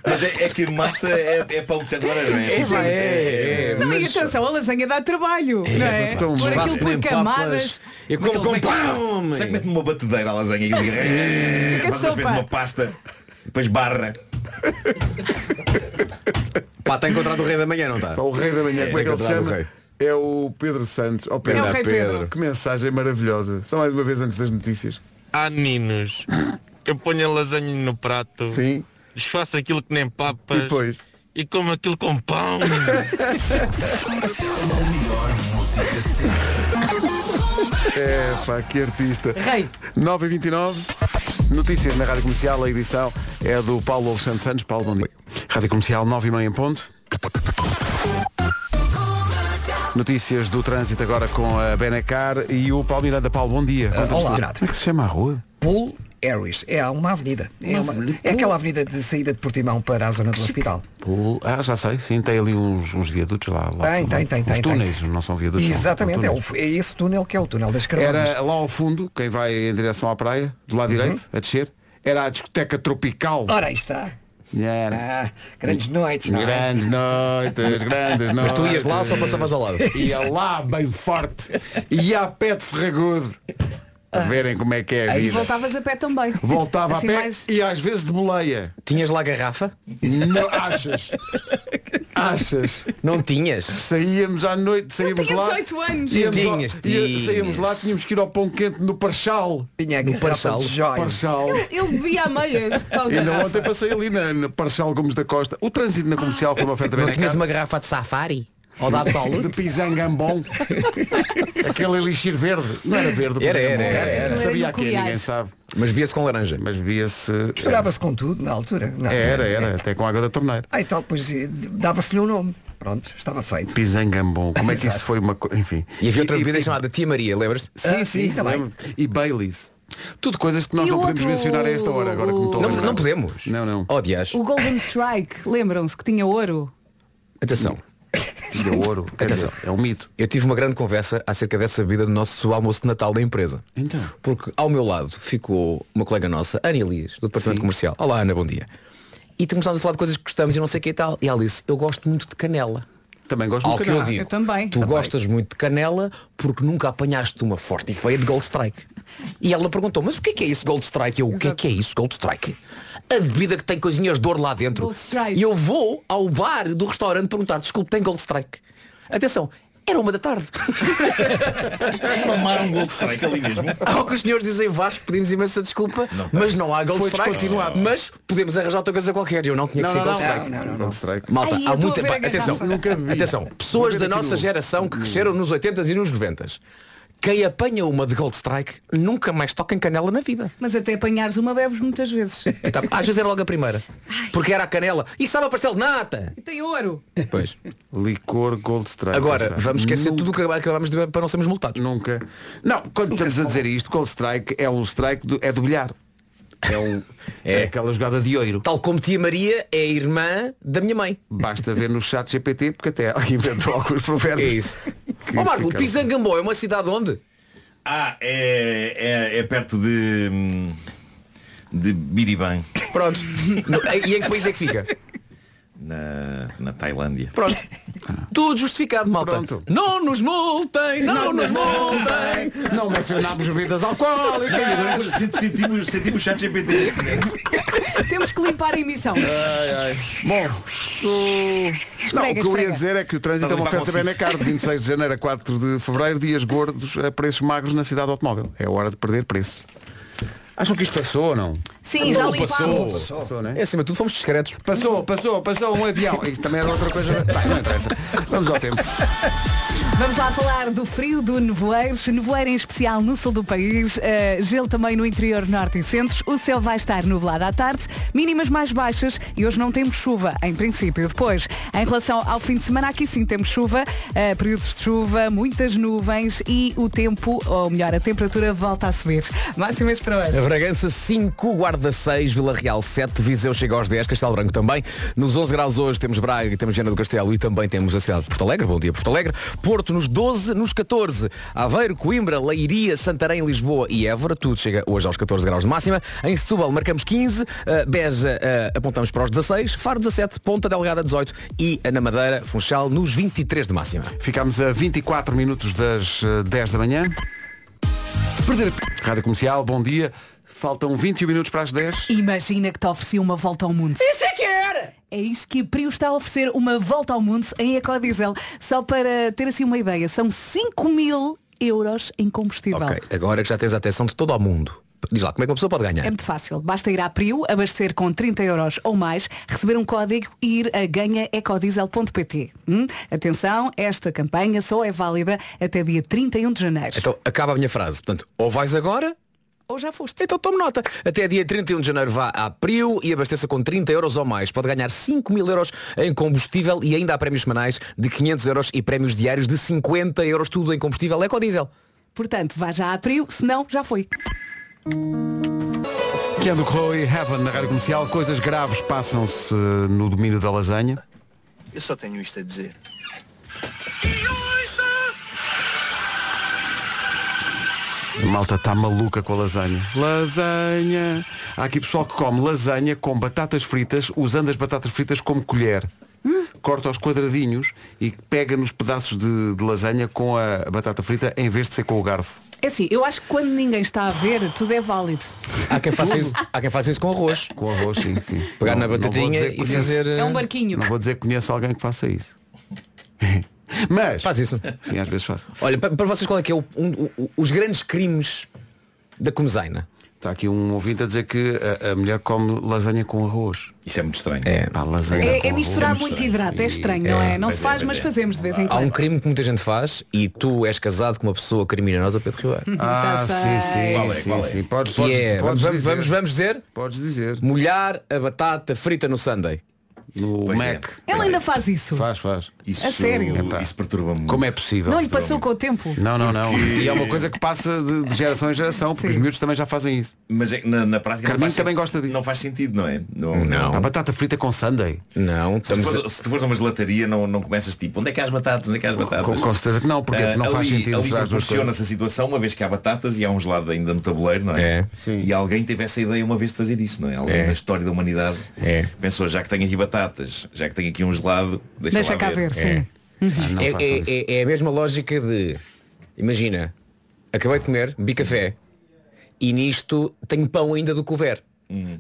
E: Mas é, é que massa é, é pão de certa maneira, não é?
D: É, vai, é,
E: Mas-
D: Não, e atenção, a lasanha dá trabalho, não é?
E: Então,
D: Por
E: faço
D: aquilo por
E: nem
D: camadas. é
E: papas. Eu como
B: é
E: com pão. Sabe que mete numa batedeira a lasanha e diga, "Eh",
C: "É,
D: Fica
E: mas depois
D: sopa.
E: mete numa pasta, depois barra.
B: Pá, está encontrado o rei da manhã, não está?
K: Pá, o rei da manhã, como é que ele se
B: encontrado
K: chama?
B: o rei.
K: É o Pedro Santos. Oh, Pedro.
B: É o Rei Pedro.
K: Que mensagem maravilhosa. Só mais uma vez antes das notícias.
R: Há meninos. Eu ponho a lasanha no prato.
K: Sim.
R: Desfaço aquilo que nem papas. E
K: depois?
R: E como aquilo com pão.
K: É, pá, que artista.
D: Rei.
K: 9 e 29 Notícias na Rádio Comercial. A edição é do Paulo Alexandre Santos. Paulo, bom dia. Rádio Comercial, 9 e meia em ponto. Notícias do trânsito agora com a Benecar e o Paulo Miranda. Paulo, bom dia.
C: Ah,
K: Conta-nos
C: olá.
K: tudo. Como é que se chama a rua?
C: Paul Harris. É uma avenida. é, uma- é aquela avenida de saída de Portimão para a zona do hospital.
K: Pul- Ah, já sei, sim, tem ali uns, uns viadutos lá. lá
C: Tem, tem, tem,
K: Os
C: tem,
K: túneis, não são viadutos. são-
C: Exatamente, é,
K: são
C: o,
K: túneis.
C: é esse túnel que é o túnel das Carvalhas.
K: Era lá ao fundo, quem vai em direção à praia, do
C: Uhum.
K: lado direito, a descer, era a discoteca tropical.
C: Ora, aí está. Ah,
K: Era.
C: grandes noites, não é?
K: Grandes noites, grandes noites.
C: Mas tu ias lá ou só
B: passavas ao lado?
K: Ia lá bem forte. Ia a pé de ferragudo.
C: Ah.
K: A verem como é que é a
D: E
K: vida.
D: voltavas a pé também.
K: Voltava
D: Assim
K: a pé
D: mais-
K: e às vezes de boleia.
B: Tinhas lá garrafa?
K: Não, achas? Achas?
B: Não tinhas?
K: Saíamos à noite, saímos
D: tinha
K: lá.
D: 18 anos.
K: Íamos
B: Tinhas,
K: lá, ia- Saímos
B: tinhas.
K: lá, tínhamos que ir ao pão quente no Parchal.
C: Tinha
B: No Parchal?
K: Parchal.
D: Ele bebia a meias. Paulo
K: Ainda
D: Garrafa.
K: ontem passei ali na, na Parchal Gomes da Costa. O trânsito na comercial foi uma oferta
B: Não
K: bem
B: tinhas uma garrafa de safari? Ou da
K: De
B: Absolute?
K: pisangambon. Aquele elixir verde. Não era verde. o
B: Era, era,
K: pisangambon.
B: era, era.
K: Sabia
B: Era
K: a quê?
B: nuclear.
K: Ninguém sabe.
B: Mas via-se com laranja.
K: Mas via-se...
C: Misturava-se com tudo na altura. Não, é?
K: Era, era. Até com água da torneira.
C: Ah, então depois eh, dava-se-lhe um nome. Pronto, estava feito.
K: Pisangambon. Como é que isso
C: Exato.
K: foi uma coisa... Enfim.
B: E havia outra bebida chamada Tia Maria, lembras-te?
C: Ah, sim, também.
K: lembro. E Baileys. Tudo coisas que nós
D: E
K: não
D: o
K: podemos
D: outro-
K: mencionar a esta hora. Agora que me estou a
B: Não,
K: lembrar.
B: não podemos.
K: Não, não.
B: Oh, dias.
D: O Golden Strike, lembram-se que tinha ouro?
B: Atenção.
K: Tinha ouro. Quer dizer,
B: Atenção.
K: é um mito.
B: Eu tive uma grande conversa acerca dessa bebida do nosso almoço de Natal da empresa.
K: Então.
B: Porque ao meu lado ficou uma colega nossa, Ana Elias, do Departamento Comercial. Olá Ana, bom dia. E começámos a falar de coisas que gostamos e não sei o que e tal. E ela disse, eu gosto muito de canela.
K: Também gosto
B: Ao
K: de
B: que eu
K: canela.
B: digo,
D: Eu também.
B: tu
D: Também.
B: gostas muito de canela porque nunca apanhaste uma forte e feia de Gold Strike. E ela perguntou, mas o que é que é isso Gold Strike? Eu, o que é que é isso Gold Strike? A bebida que tem coisinhas de ouro lá dentro.
D: Gold Strike.
B: E eu vou ao bar do restaurante perguntar, desculpe, tem Gold Strike? Atenção, era uma da tarde.
E: Mamar um Gold Strike ali mesmo.
B: Ao que os senhores dizem Vasco, pedimos imensa desculpa, mas não há Gold
K: Foi
B: Strike.
K: descontinuado.
B: Mas podemos arranjar outra coisa qualquer. Eu não tinha que
K: Não,
B: ser
K: não,
B: Gold
K: não.
B: Strike.
K: Não, não, não. Gold Strike.
B: Malta,
D: Ai, eu
B: há
D: estou a
B: muito
D: ver
B: tempo.
D: a garrafa.
B: Atenção,
K: Nunca vi.
B: atenção, pessoas
K: Nunca
B: da
K: vi
B: nossa
K: aquilo.
B: geração que cresceram nos 80s e nos 90s. Quem apanha uma de Gold Strike nunca mais toca em canela na vida.
D: Mas até apanhares uma bebes muitas vezes.
B: Então, Às vezes era logo a primeira. Porque era a canela. E sabe a pastel de nata!
D: E tem ouro.
B: Pois.
K: Licor Gold Strike.
B: Agora,
K: Está.
B: vamos esquecer
K: Nunca-
B: tudo o que acabámos de beber para não sermos multados.
K: Nunca. Não, quando estamos a dizer isto, Gold Strike é um strike, do, é do bilhar. É, um, é. aquela jogada de oiro.
B: Tal como tia Maria é a irmã da minha mãe.
K: Basta ver no chat GPT, porque até ela inventou alguns
B: É
K: provérbios.
B: isso.
K: Que
B: Ó Marco,
K: ficaram-
B: Pisangambó é uma cidade onde?
E: Ah, é, é, é perto de. hum, de Biriban,
B: Pronto. No- E em que país é que fica?
E: na, na Tailândia.
B: Pronto. Tudo justificado, malta.
K: Pronto.
B: Não nos multem, não, nos multem.
K: Não mencionámos bebidas alcoólicas.
E: Ah, agora senti- sentimos, sentimos chat GPT.
D: Temos que limpar a emissão.
K: Bom, o- não, o que eu
D: esfrega.
K: ia dizer é que o trânsito é uma
E: Estás a limpar
K: oferta bem na cara, de 26 de janeiro a 4 de fevereiro, dias gordos a preços magros na cidade do automóvel. É hora de perder preço. Acham que isto passou ou não?
D: Sim, já limpámos.
K: Passou, né?
B: Acima de tudo fomos discretos.
K: Passou, passou, passou um avião. Isso também era outra coisa. Bem, não interessa. Vamos ao tempo.
D: Vamos lá falar do frio, do nevoeiro, nevoeiro em especial no sul do país, eh, gelo também no interior norte e centros, o céu vai estar nublado à tarde, mínimas mais baixas e hoje não temos chuva, em princípio. Depois, em relação ao fim de semana, aqui sim temos chuva, eh, períodos de chuva, muitas nuvens e o tempo, ou melhor, a temperatura volta a subir. Máximas para hoje.
B: Bragança 5, Guarda Guarda 6, Vila Real 7, Viseu chega aos 10, Castelo Branco também. Nos 11 graus hoje temos Braga, temos Viana do Castelo e também temos a cidade de Porto Alegre. Bom dia, Porto Alegre. Porto nos 12, nos 14. Aveiro, Coimbra, Leiria, Santarém, Lisboa e Évora. Tudo chega hoje aos 14 graus de máxima. Em Setúbal marcamos 15, eh, Beja eh, apontamos para os 16, Faro 17, Ponta Delgada 18 e na Madeira, Funchal, nos 23 de máxima.
K: Ficamos a 24 minutos das eh, 10 da manhã. Perder Rádio Comercial, bom dia. Faltam 21 minutos para as 10.
D: Imagina que te oferecia uma volta ao mundo.
K: Isso
D: é que era! É isso que a Prio está a oferecer, uma volta ao mundo em ecodiesel. Só para ter assim uma ideia, são 5 mil euros em combustível.
B: Ok, agora que já tens a atenção de todo o mundo. Diz lá, como é que uma pessoa pode ganhar?
D: É muito fácil. Basta ir à Prio, abastecer com 30 euros ou mais, receber um código e ir a ganhaecodiesel.pt. Hum? Atenção, esta campanha só é válida até dia 31 de janeiro.
B: Então acaba a minha frase. Portanto, ou vais agora.
D: Ou já foste.
B: Então tome nota. Até dia 31 de janeiro vá à Prio e abasteça com 30 euros ou mais. Pode ganhar 5 mil euros em combustível e ainda há prémios semanais de 500 euros e prémios diários de 50 euros, tudo em combustível é ecodiesel.
D: Portanto, vá já à Prio, senão já foi.
K: Kendo Roy, Heaven na Rádio Comercial. Coisas graves passam-se no domínio da lasanha.
S: Eu só tenho isto a dizer.
K: A malta está maluca com a lasanha. Lasanha. Há aqui pessoal que come lasanha com batatas fritas, usando as batatas fritas como colher. Corta aos quadradinhos e pega nos pedaços de, de lasanha com a batata frita em vez de ser com o garfo.
D: É assim, eu acho que quando ninguém está a ver, tudo é válido.
B: Há quem faça isso, há quem faça isso com arroz.
K: Com arroz, sim, sim.
B: Pegar na
K: Não- não vou
B: batatinha
K: dizer que
B: e
K: conheço-
B: fazer. eh,
D: É um barquinho.
K: Não vou dizer que conheço alguém que faça isso. Mas.
B: Faz isso.
K: Sim, às vezes faço.
B: Olha, pa- para, vocês qual é que é o- um- o- os grandes crimes da comezaina?
K: Está aqui um ouvinte a dizer que a, a mulher come lasanha com arroz.
P: Isso é muito estranho.
B: É,
K: Pá, lasanha
D: É,
K: com
D: é
K: arroz.
D: misturar muito hidrato, é estranho, não é? Não se faz, mas fazemos de vez em
B: Há um
D: quando.
B: crime que muita gente faz e tu és casado com uma pessoa criminosa, Pedro Ribeiro.
K: Ah, sim, sim,
B: Qual é,
K: sim,
B: qual é?
K: sim. Podes,
B: Que
K: podes,
B: é,
K: podes
B: vamos,
K: dizer.
B: vamos, vamos dizer?
K: Podes dizer.
B: Molhar a batata frita no Sunday.
K: No Mac.
D: Ela é. ainda faz isso.
K: é. Faz, faz.
P: Isso,
D: A sério?
P: isso perturba-me muito.
K: Como é possível?
D: Não lhe passou com o tempo.
K: Não, não, não. E é uma coisa que passa de, de geração em geração, porque os miúdos também já fazem isso.
P: Mas é que na, na prática
K: Carminho
P: também gosta disso. Não faz sentido, não é? Não. não.
K: A batata frita com sundae.
B: Não,
P: Se tu, fores, se tu fores a uma gelataria não, não começas tipo onde é que há as batatas, onde é que há as batatas
K: Com- com certeza que não, porque
P: Ah,
K: não faz
P: ali,
K: sentido
P: ali
K: misturar as duas
P: proporciona-se a situação uma vez que há batatas e há um gelado ainda no tabuleiro não é? e alguém teve essa ideia uma vez de fazer isso não é? alguém
B: É.
P: na história da humanidade
K: é.
P: pensou já que tenho aqui batatas já que tenho aqui um gelado deixa,
D: Deixa
P: lá
D: cá ver, sim.
K: Ah,
P: É.
B: é,
P: façam
B: é-
P: isso.
B: é- é a mesma lógica de imagina, acabei de comer, bi café e nisto tenho pão ainda do couvert.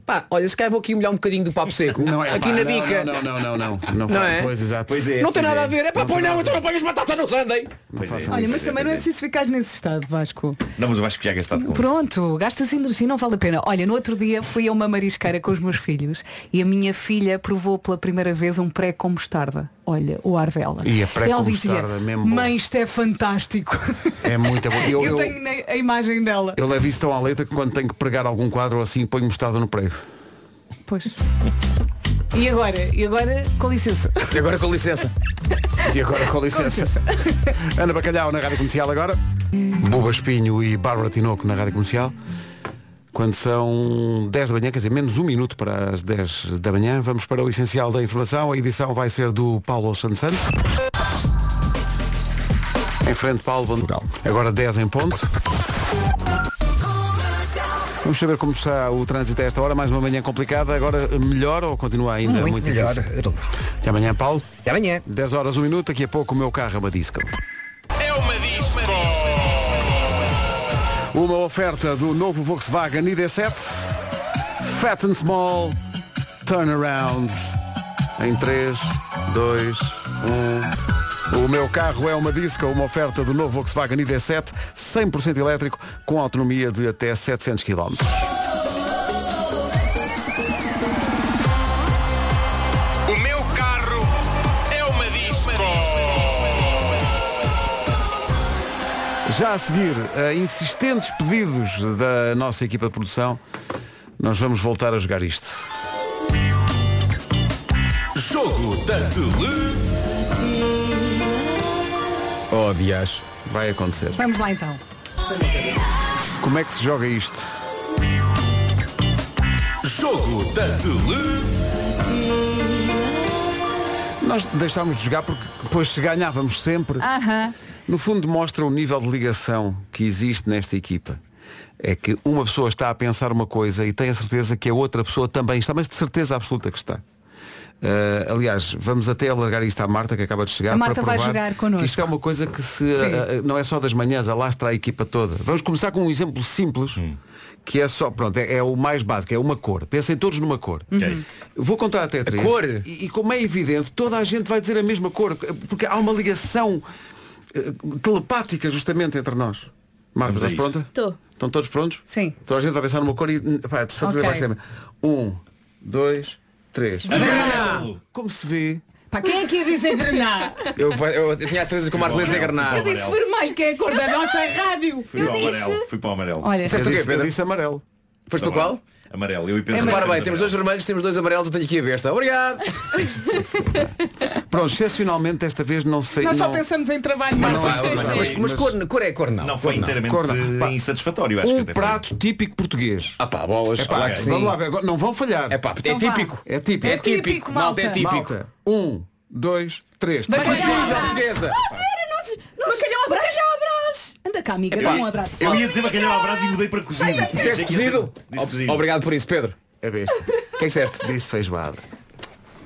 B: Pá, olha, se calhar vou aqui molhar um bocadinho do papo seco aqui
K: pá,
B: na
K: não,
B: bica.
K: Não, não, não, não, não. Não,
B: Não
K: faz-
B: é?
K: Pois, exato.
B: não tem nada a ver, é pá,
K: Não
B: põe
K: tem
B: não,
K: nada a
B: então
K: ver.
B: não ponhas batata no Sunday.
P: Pois é,
D: Olha,
P: pois
D: mas
P: é,
D: também
P: pois
D: não é preciso ficar nesse estado, Vasco.
P: Não, mas eu acho que já é gastado com
D: Pronto, gastas energia, não vale a pena. Olha, no outro dia fui a uma marisqueira com os meus filhos e a minha filha provou pela primeira vez um pré com mostarda. Olha, o ar dela.
K: E é pré
D: Ela
K: com
D: dizia,
K: mostarda, mesmo bom.
D: Mãe, isto é fantástico.
K: É muito bom.
D: Eu,
K: Eu, eu,
D: tenho na- a imagem dela.
K: eu levo isso tão à letra que quando tenho que pregar algum quadro ou assim, ponho mostarda no prego.
D: Pois. E agora? E agora, com licença.
B: E agora com licença.
K: E agora com licença. Ana Bacalhau na Rádio Comercial agora. Buba Espinho e Bárbara Tinoco na Rádio Comercial. Quando são 10 da manhã, quer dizer, menos um minuto para as 10 da manhã, vamos para o essencial da informação. A edição vai ser do Paulo Alexandre Santos. Em frente, Paulo Bandugal. Agora 10 em ponto. Vamos saber como está o trânsito a esta hora. Mais uma manhã complicada. Agora melhor ou continua ainda
T: Muito
K: É muito,
T: melhor.
K: difícil? Até amanhã, Paulo.
T: Até amanhã.
K: 10 horas, 1 minuto. Daqui a pouco o meu carro é uma disco.
U: É uma disco.
K: Uma oferta do novo Volkswagen ID7 Fat and Small Turnaround Em 3, 2, 1 O meu carro é uma disco Uma oferta do novo Volkswagen ID7 100% elétrico Com autonomia de até 700 km
U: O meu carro é uma disco.
K: Já a seguir, a insistentes pedidos da nossa equipa de produção Nós vamos voltar a jogar isto
U: Jogo da Tele.
B: Oh, dias.
K: Vai acontecer
D: Vamos lá então.
K: Como é que se joga isto?
U: Jogo da
K: Nós deixámos de jogar porque depois se ganhávamos sempre.
D: Aham.
K: No fundo mostra o nível de ligação que existe nesta equipa. É que uma pessoa está a pensar uma coisa e tem a certeza que a outra pessoa também está, mas de certeza absoluta que está. Ah, aliás, vamos até alargar isto à Marta que acaba de chegar
D: A Marta
K: para
D: vai
K: provar
D: jogar
K: que
D: connosco.
K: isto é uma coisa que se ah, ah, não é só das manhãs, alastra a equipa toda. Vamos começar com um exemplo simples, que é só, pronto, é, é o mais básico, é uma cor. Pensem todos numa cor.
C: Uhum.
K: Vou contar até três.
C: cor?
K: E, e como é evidente, toda a gente vai dizer a mesma cor, porque há uma ligação eh, telepática justamente entre nós. Marta,
C: Vamos a
K: estás
C: isso.
K: pronta?
D: Estou.
K: Estão todos prontos?
D: Sim.
K: Toda a gente vai pensar numa cor e hum, pá, de certeza
D: Ok.
K: vai ser. Um, dois, três.
C: Ah,
B: Amarelo.
K: Como se vê.
D: Pá, quem é que ia dizer engrenar?
B: Eu, eu, eu tinha a certeza que o Marco ia engarnar.
D: Eu disse vermelho, que é a cor da nossa rádio.
C: Fui
D: Eu
C: para o amarelo.
D: disse.
C: Fui para o amarelo.
D: Olha.
B: Disseste o quê, Pedro?
K: disse amarelo.
B: Foste para
C: Tá bem.
B: qual?
C: Amarelo. Eu e Pedro
B: Repara
C: dissemos
B: bem, temos dois vermelhos, temos dois amarelos, eu tenho aqui a besta. Obrigado!
K: Pronto, excepcionalmente desta vez não sei.
D: Nós só
K: não...
D: pensamos em trabalho,
K: Mas
D: Marta.
B: é,
K: não há-
D: sim,
K: mas-
D: sim.
K: mas- mas cor-
B: cor é cor não.
C: Não foi
K: Cor não.
C: inteiramente
K: Cor não. Pá,
C: insatisfatório, acho
K: Um
C: que até foi.
K: prato típico português.
B: Ah pá, bolas.
K: É
B: claro
K: pá,
B: que sim.
K: vamos lá ver, agora não vão falhar.
B: É pá, é
K: Então vá.
B: típico.
K: É típico.
B: É típico, malta, é típico.
K: Malta, um, dois, três.
B: Bacalhau à portuguesa.
D: Bacalhau à brás. Bacalhau à brás. Anda cá, amiga, dá um abraço.
C: Eu ia dizer bacalhau à brasa e mudei para cozido.
B: Disseste cozido?
C: Disse cozido.
B: Ob- Obrigado por isso, Pedro.
K: É besta.
B: O que é que disseste?
K: Disse feijoada.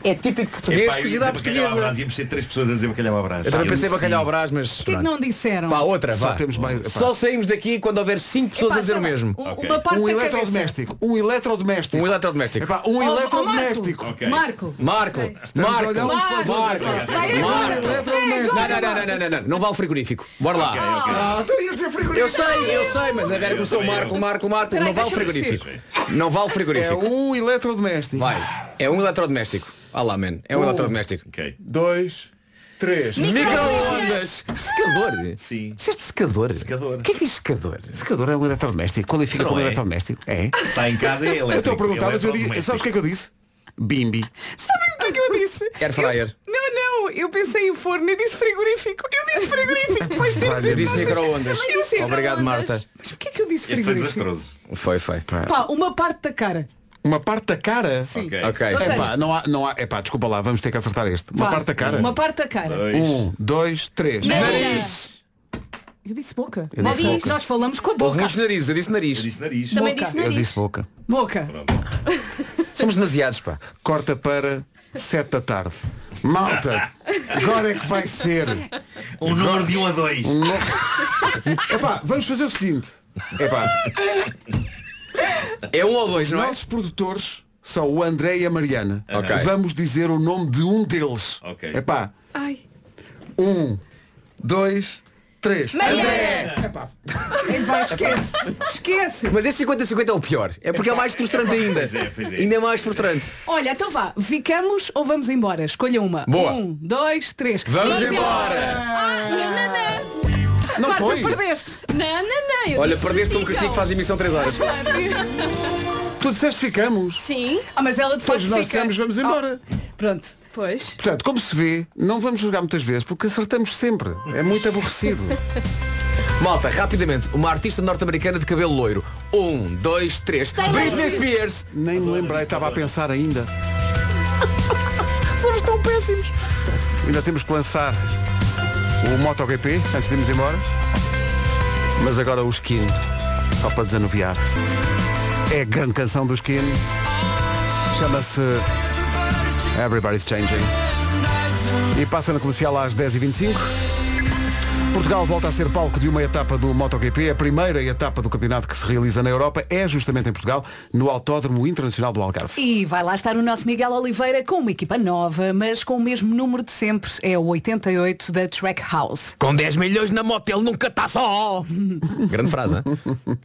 B: É típico português,
C: Epá, eu ia
B: cozido à
C: dizer bacalhau à
B: portuguesa.
C: brás. Íamos ser três pessoas a dizer bacalhau à brás.
B: Eu também
C: E
B: pensei
C: disse-
B: bacalhau à brás, mas.
D: Porquê que
B: pronto.
D: não disseram?
B: Pá, outra,
K: Só
B: vá.
K: temos mais-
B: Só saímos daqui quando houver 5 pessoas
D: Epá,
B: a dizer
D: sei
B: o
D: lá,
B: mesmo.
D: um- uma parte
K: Um
D: da
K: eletrodoméstico. Um eletrodoméstico.
B: Um eletrodoméstico.
K: Epá, um
D: Ó, ó,
K: eletrodoméstico.
D: Oh.
C: Ok.
D: Marco.
B: Marco,
K: a
B: Marco,
K: olhar uns para os
B: Marco,
K: outros.
D: Vai agora.
B: Marco. Não, não, não, não, não, não, não, não vale frigorífico. Bora lá.
K: Ah, tu ia dizer frigorífico.
B: Eu sei, eu sei, mas agora começou o Marco, Marco, Marco.
D: Peraí,
B: Não vale
D: deixa-me
B: frigorífico. Não vale
K: É
B: frigorífico.
K: um eletrodoméstico.
B: Vai. É um eletrodoméstico. Ah lá, man. É um
K: Um.
B: eletrodoméstico.
C: Ok.
K: Dois, três.
B: Microondas. Secador.
C: Sim.
B: Disseste secador.
C: Secador.
B: O que é que diz secador?
K: Secador é um eletrodoméstico. Qualifica
C: Não
K: como
C: é.
K: eletrodoméstico. É.
C: Está em casa e é elétrico.
K: Eu estou a perguntar, mas eu digo.
C: Eletrodoméstico.
K: Sabes o que é que eu disse? Bimbi.
D: Sabem o que é que eu disse?
B: Air fryer.
D: Não, não, eu pensei em forno e disse frigorífico. Eu disse frigorífico. Depois tive
B: Eu
D: de
B: disse microondas.
D: Eu disse
B: Obrigado,
D: microondas.
B: Marta.
D: Mas porquê é que eu disse
C: Este foi
D: frigorífico?
C: desastroso.
B: Foi, foi.
D: Pá, uma parte da cara.
K: Uma parte da cara?
D: Sim.
C: Ok.
B: Ok.
D: Ou seja,
K: Epá, não há, não há. Epá, desculpa lá, vamos ter que acertar este. Uma
D: vá,
K: parte da cara.
D: Uma parte da cara.
C: Dois.
K: Um, dois, três.
D: Nariz. Eu disse boca.
K: Eu disse
D: Nariz.
K: boca.
D: Nós falamos com a
B: Houve
D: boca.
B: muitos narizes, eu disse
C: Eu
B: nariz.
C: disse nariz.
D: Também
K: Boca.
D: disse
K: Eu
D: nariz.
K: disse boca.
D: Boca.
B: Somos demasiados, pá.
K: corta para 7 da tarde. Malta, agora é que vai ser.
C: Um número de 1 a 2.
K: um no- Epá, vamos fazer o seguinte. Epá,
B: É um ou dois,
K: os
B: não é?
K: nossos produtores são o André e a Mariana.
C: Ok.
K: Vamos dizer o nome de um deles.
C: Ok.
K: Epá,
D: Ai.
K: um, dois, três.
D: André! Epá, esquece. Esquece.
B: Mas este 50-50 é o pior. É porque é mais frustrante ainda.
C: Pois é, pois é.
B: Ainda é mais frustrante.
D: Olha, então vá, ficamos ou vamos embora? Escolha uma.
B: Boa.
D: Um, dois, três.
B: Vamos embora.
D: Ah, não, não, não.
K: Não
D: Marta,
K: Ah, foi? um
D: perdeste. Não, não, não. Eu
B: Olha,
D: disse
B: perdeste como Cristico
D: ficam.
B: faz emissão 3 horas.
K: Tu disseste ficamos.
V: Sim,
D: Ah, mas ela depois
K: Pois nós
D: fica. Oh,
K: dissemos vamos embora.
D: Pronto.
V: pois.
K: Portanto, como se vê, não vamos jogar muitas vezes porque acertamos sempre. É muito aborrecido.
B: Malta, rapidamente, uma artista norte-americana de cabelo loiro. Um, dois, três. Britney Spears!
K: Nem me lembrei, estava a pensar ainda.
B: Somos tão péssimos!
K: Ainda temos que lançar o MotoGP antes de irmos embora. Mas agora o Skin, só para desanuviar. É a grande canção do Skin. Chama-se Everybody's Changing. E passa na comercial às 10h25. Portugal volta a ser palco de uma etapa do MotoGP, a primeira etapa do campeonato que se realiza na Europa é justamente em Portugal, no Autódromo Internacional do Algarve.
D: E vai lá estar o nosso Miguel Oliveira com uma equipa nova, mas com o mesmo número de sempre. É o 88 da Track House.
B: Com 10 milhões na moto, ele nunca está só! Grande frase, hein?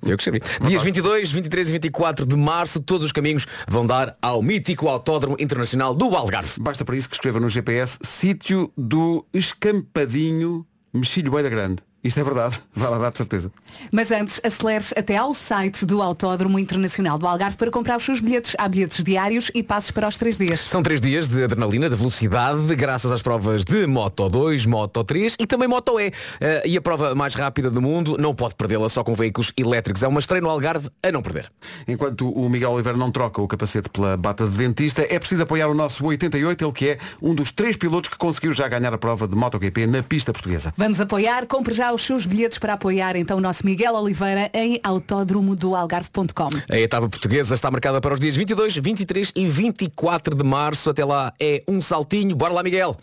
B: Eu que escrevi. Dias 22, 23 e 24 de março, todos os caminhos vão dar ao mítico Autódromo Internacional do Algarve.
K: Basta para isso que escreva no GPS sítio do escampadinho mexilho Beira Grande. Isto é verdade. Vai lá dar de certeza.
D: Mas antes, aceleres até ao site do Autódromo Internacional do Algarve para comprar os seus bilhetes. Há bilhetes diários e passos para os três dias.
B: São três dias de adrenalina, de velocidade, graças às provas de Moto 2, Moto 3 e também Moto E. Eh, e a prova mais rápida do mundo, não pode perdê-la só com veículos elétricos. É uma estreia no Algarve a não perder.
K: Enquanto o Miguel Oliveira não troca o capacete pela bata de dentista, é preciso apoiar o nosso 88, ele que é um dos três pilotos que conseguiu já ganhar a prova de MotoGP na pista portuguesa.
D: Vamos apoiar, compre já os seus bilhetes para apoiar então o nosso Miguel Oliveira em autódromo do Algarve.com.
B: A etapa portuguesa está marcada para os dias 22, 23 e 24 de março. Até lá é um saltinho. Bora lá, Miguel.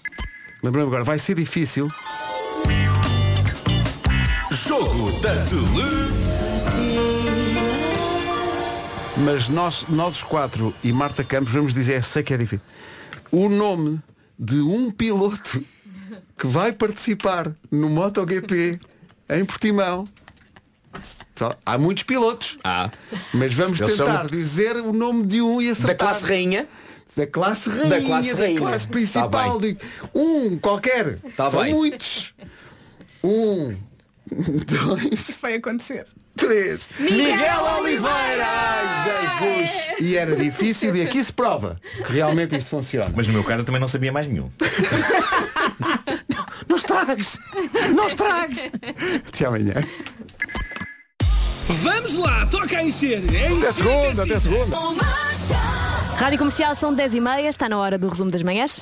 K: Lembrando agora, vai ser difícil.
U: Jogo da Tele.
K: Mas nós, nós os quatro e Marta Campos vamos dizer, sei que é difícil, o nome de um piloto que vai participar no MotoGP em Portimão. Só- há muitos pilotos, mas vamos
B: Eles são
K: tentar
B: muito-
K: dizer o nome de um e acertar.
B: Da classe rainha?
K: Da classe rainha, da classe,
B: rainha. Tá
K: principal.
B: bem.
K: de- um qualquer.
B: Tá
K: São
B: bem.
K: muitos. Um, dois.
D: Isso vai acontecer.
K: Três.
D: Miguel
U: Oliveira!
K: Ai, Jesus! E era difícil e aqui se prova que realmente isto funciona.
P: Mas no meu caso eu também não sabia mais nenhum.
U: Não estragues! Não estragues!
K: Até amanhã.
U: Vamos lá, toca a encher! É
K: Até segunda, até segunda.
G: Rádio Comercial são 10 e meia, está na hora do resumo das manhãs.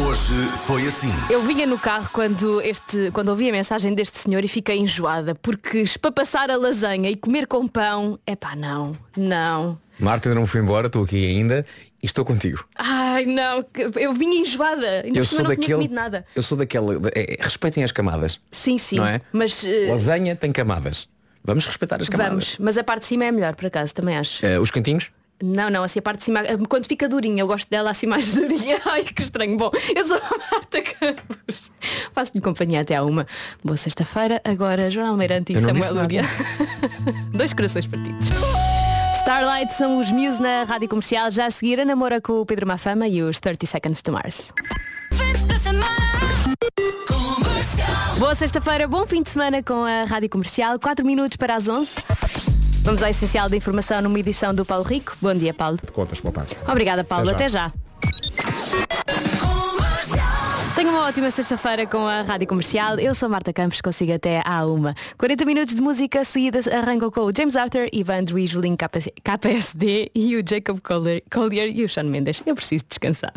U: Hoje foi assim.
G: Eu vinha no carro quando, este, quando ouvi a mensagem deste senhor e fiquei enjoada, porque espapassar a lasanha e comer com pão, epá, não, não.
B: Marta ainda não foi embora, estou aqui ainda e estou contigo.
G: Ai, não, que- eu vinha enjoada, ainda por
B: eu sou
G: cima não tinha
B: daquele.
G: comido nada.
B: Eu sou daquele. é, é, respeitem as camadas.
G: Sim, sim,
B: Não é?
G: mas eh,
B: Lasanha tem camadas. Vamos respeitar as camadas.
G: vamos, mas a parte de cima é melhor, por acaso, também acho.
B: Eh, os cantinhos?
G: Não, não, assim a parte de cima, quando fica durinha, eu gosto dela assim mais durinha. Ai, que estranho. Bom, eu sou a Marta Campos. Faço-lhe companhia até à uma. Boa sexta-feira, agora João Almeirante e
U: Eu não
G: Samuel
U: disse nada.
G: Lúria. Dois corações partidos. Starlight são os Muse na Rádio Comercial, já a seguir a namora com o Pedro Mafama e os 30 Seconds to Mars. Boa sexta-feira, bom fim de semana com a Rádio Comercial, 4 minutos para as 11. Vamos ao essencial da informação numa edição do Paulo Rico. Bom dia, Paulo.
W: Contas, poupança.
G: Obrigada, Paulo.
W: Até
G: Até
W: já.
G: já. Tenha uma ótima sexta-feira com a Rádio Comercial. Eu sou Marta Campos, consigo até à uma. 40 minutos de música seguidas arrancam com o James Arthur, Ivan Ruiz, Julinho KPS KPSD e o Jacob Collier, Collier e o Sean Mendes. Eu preciso descansar.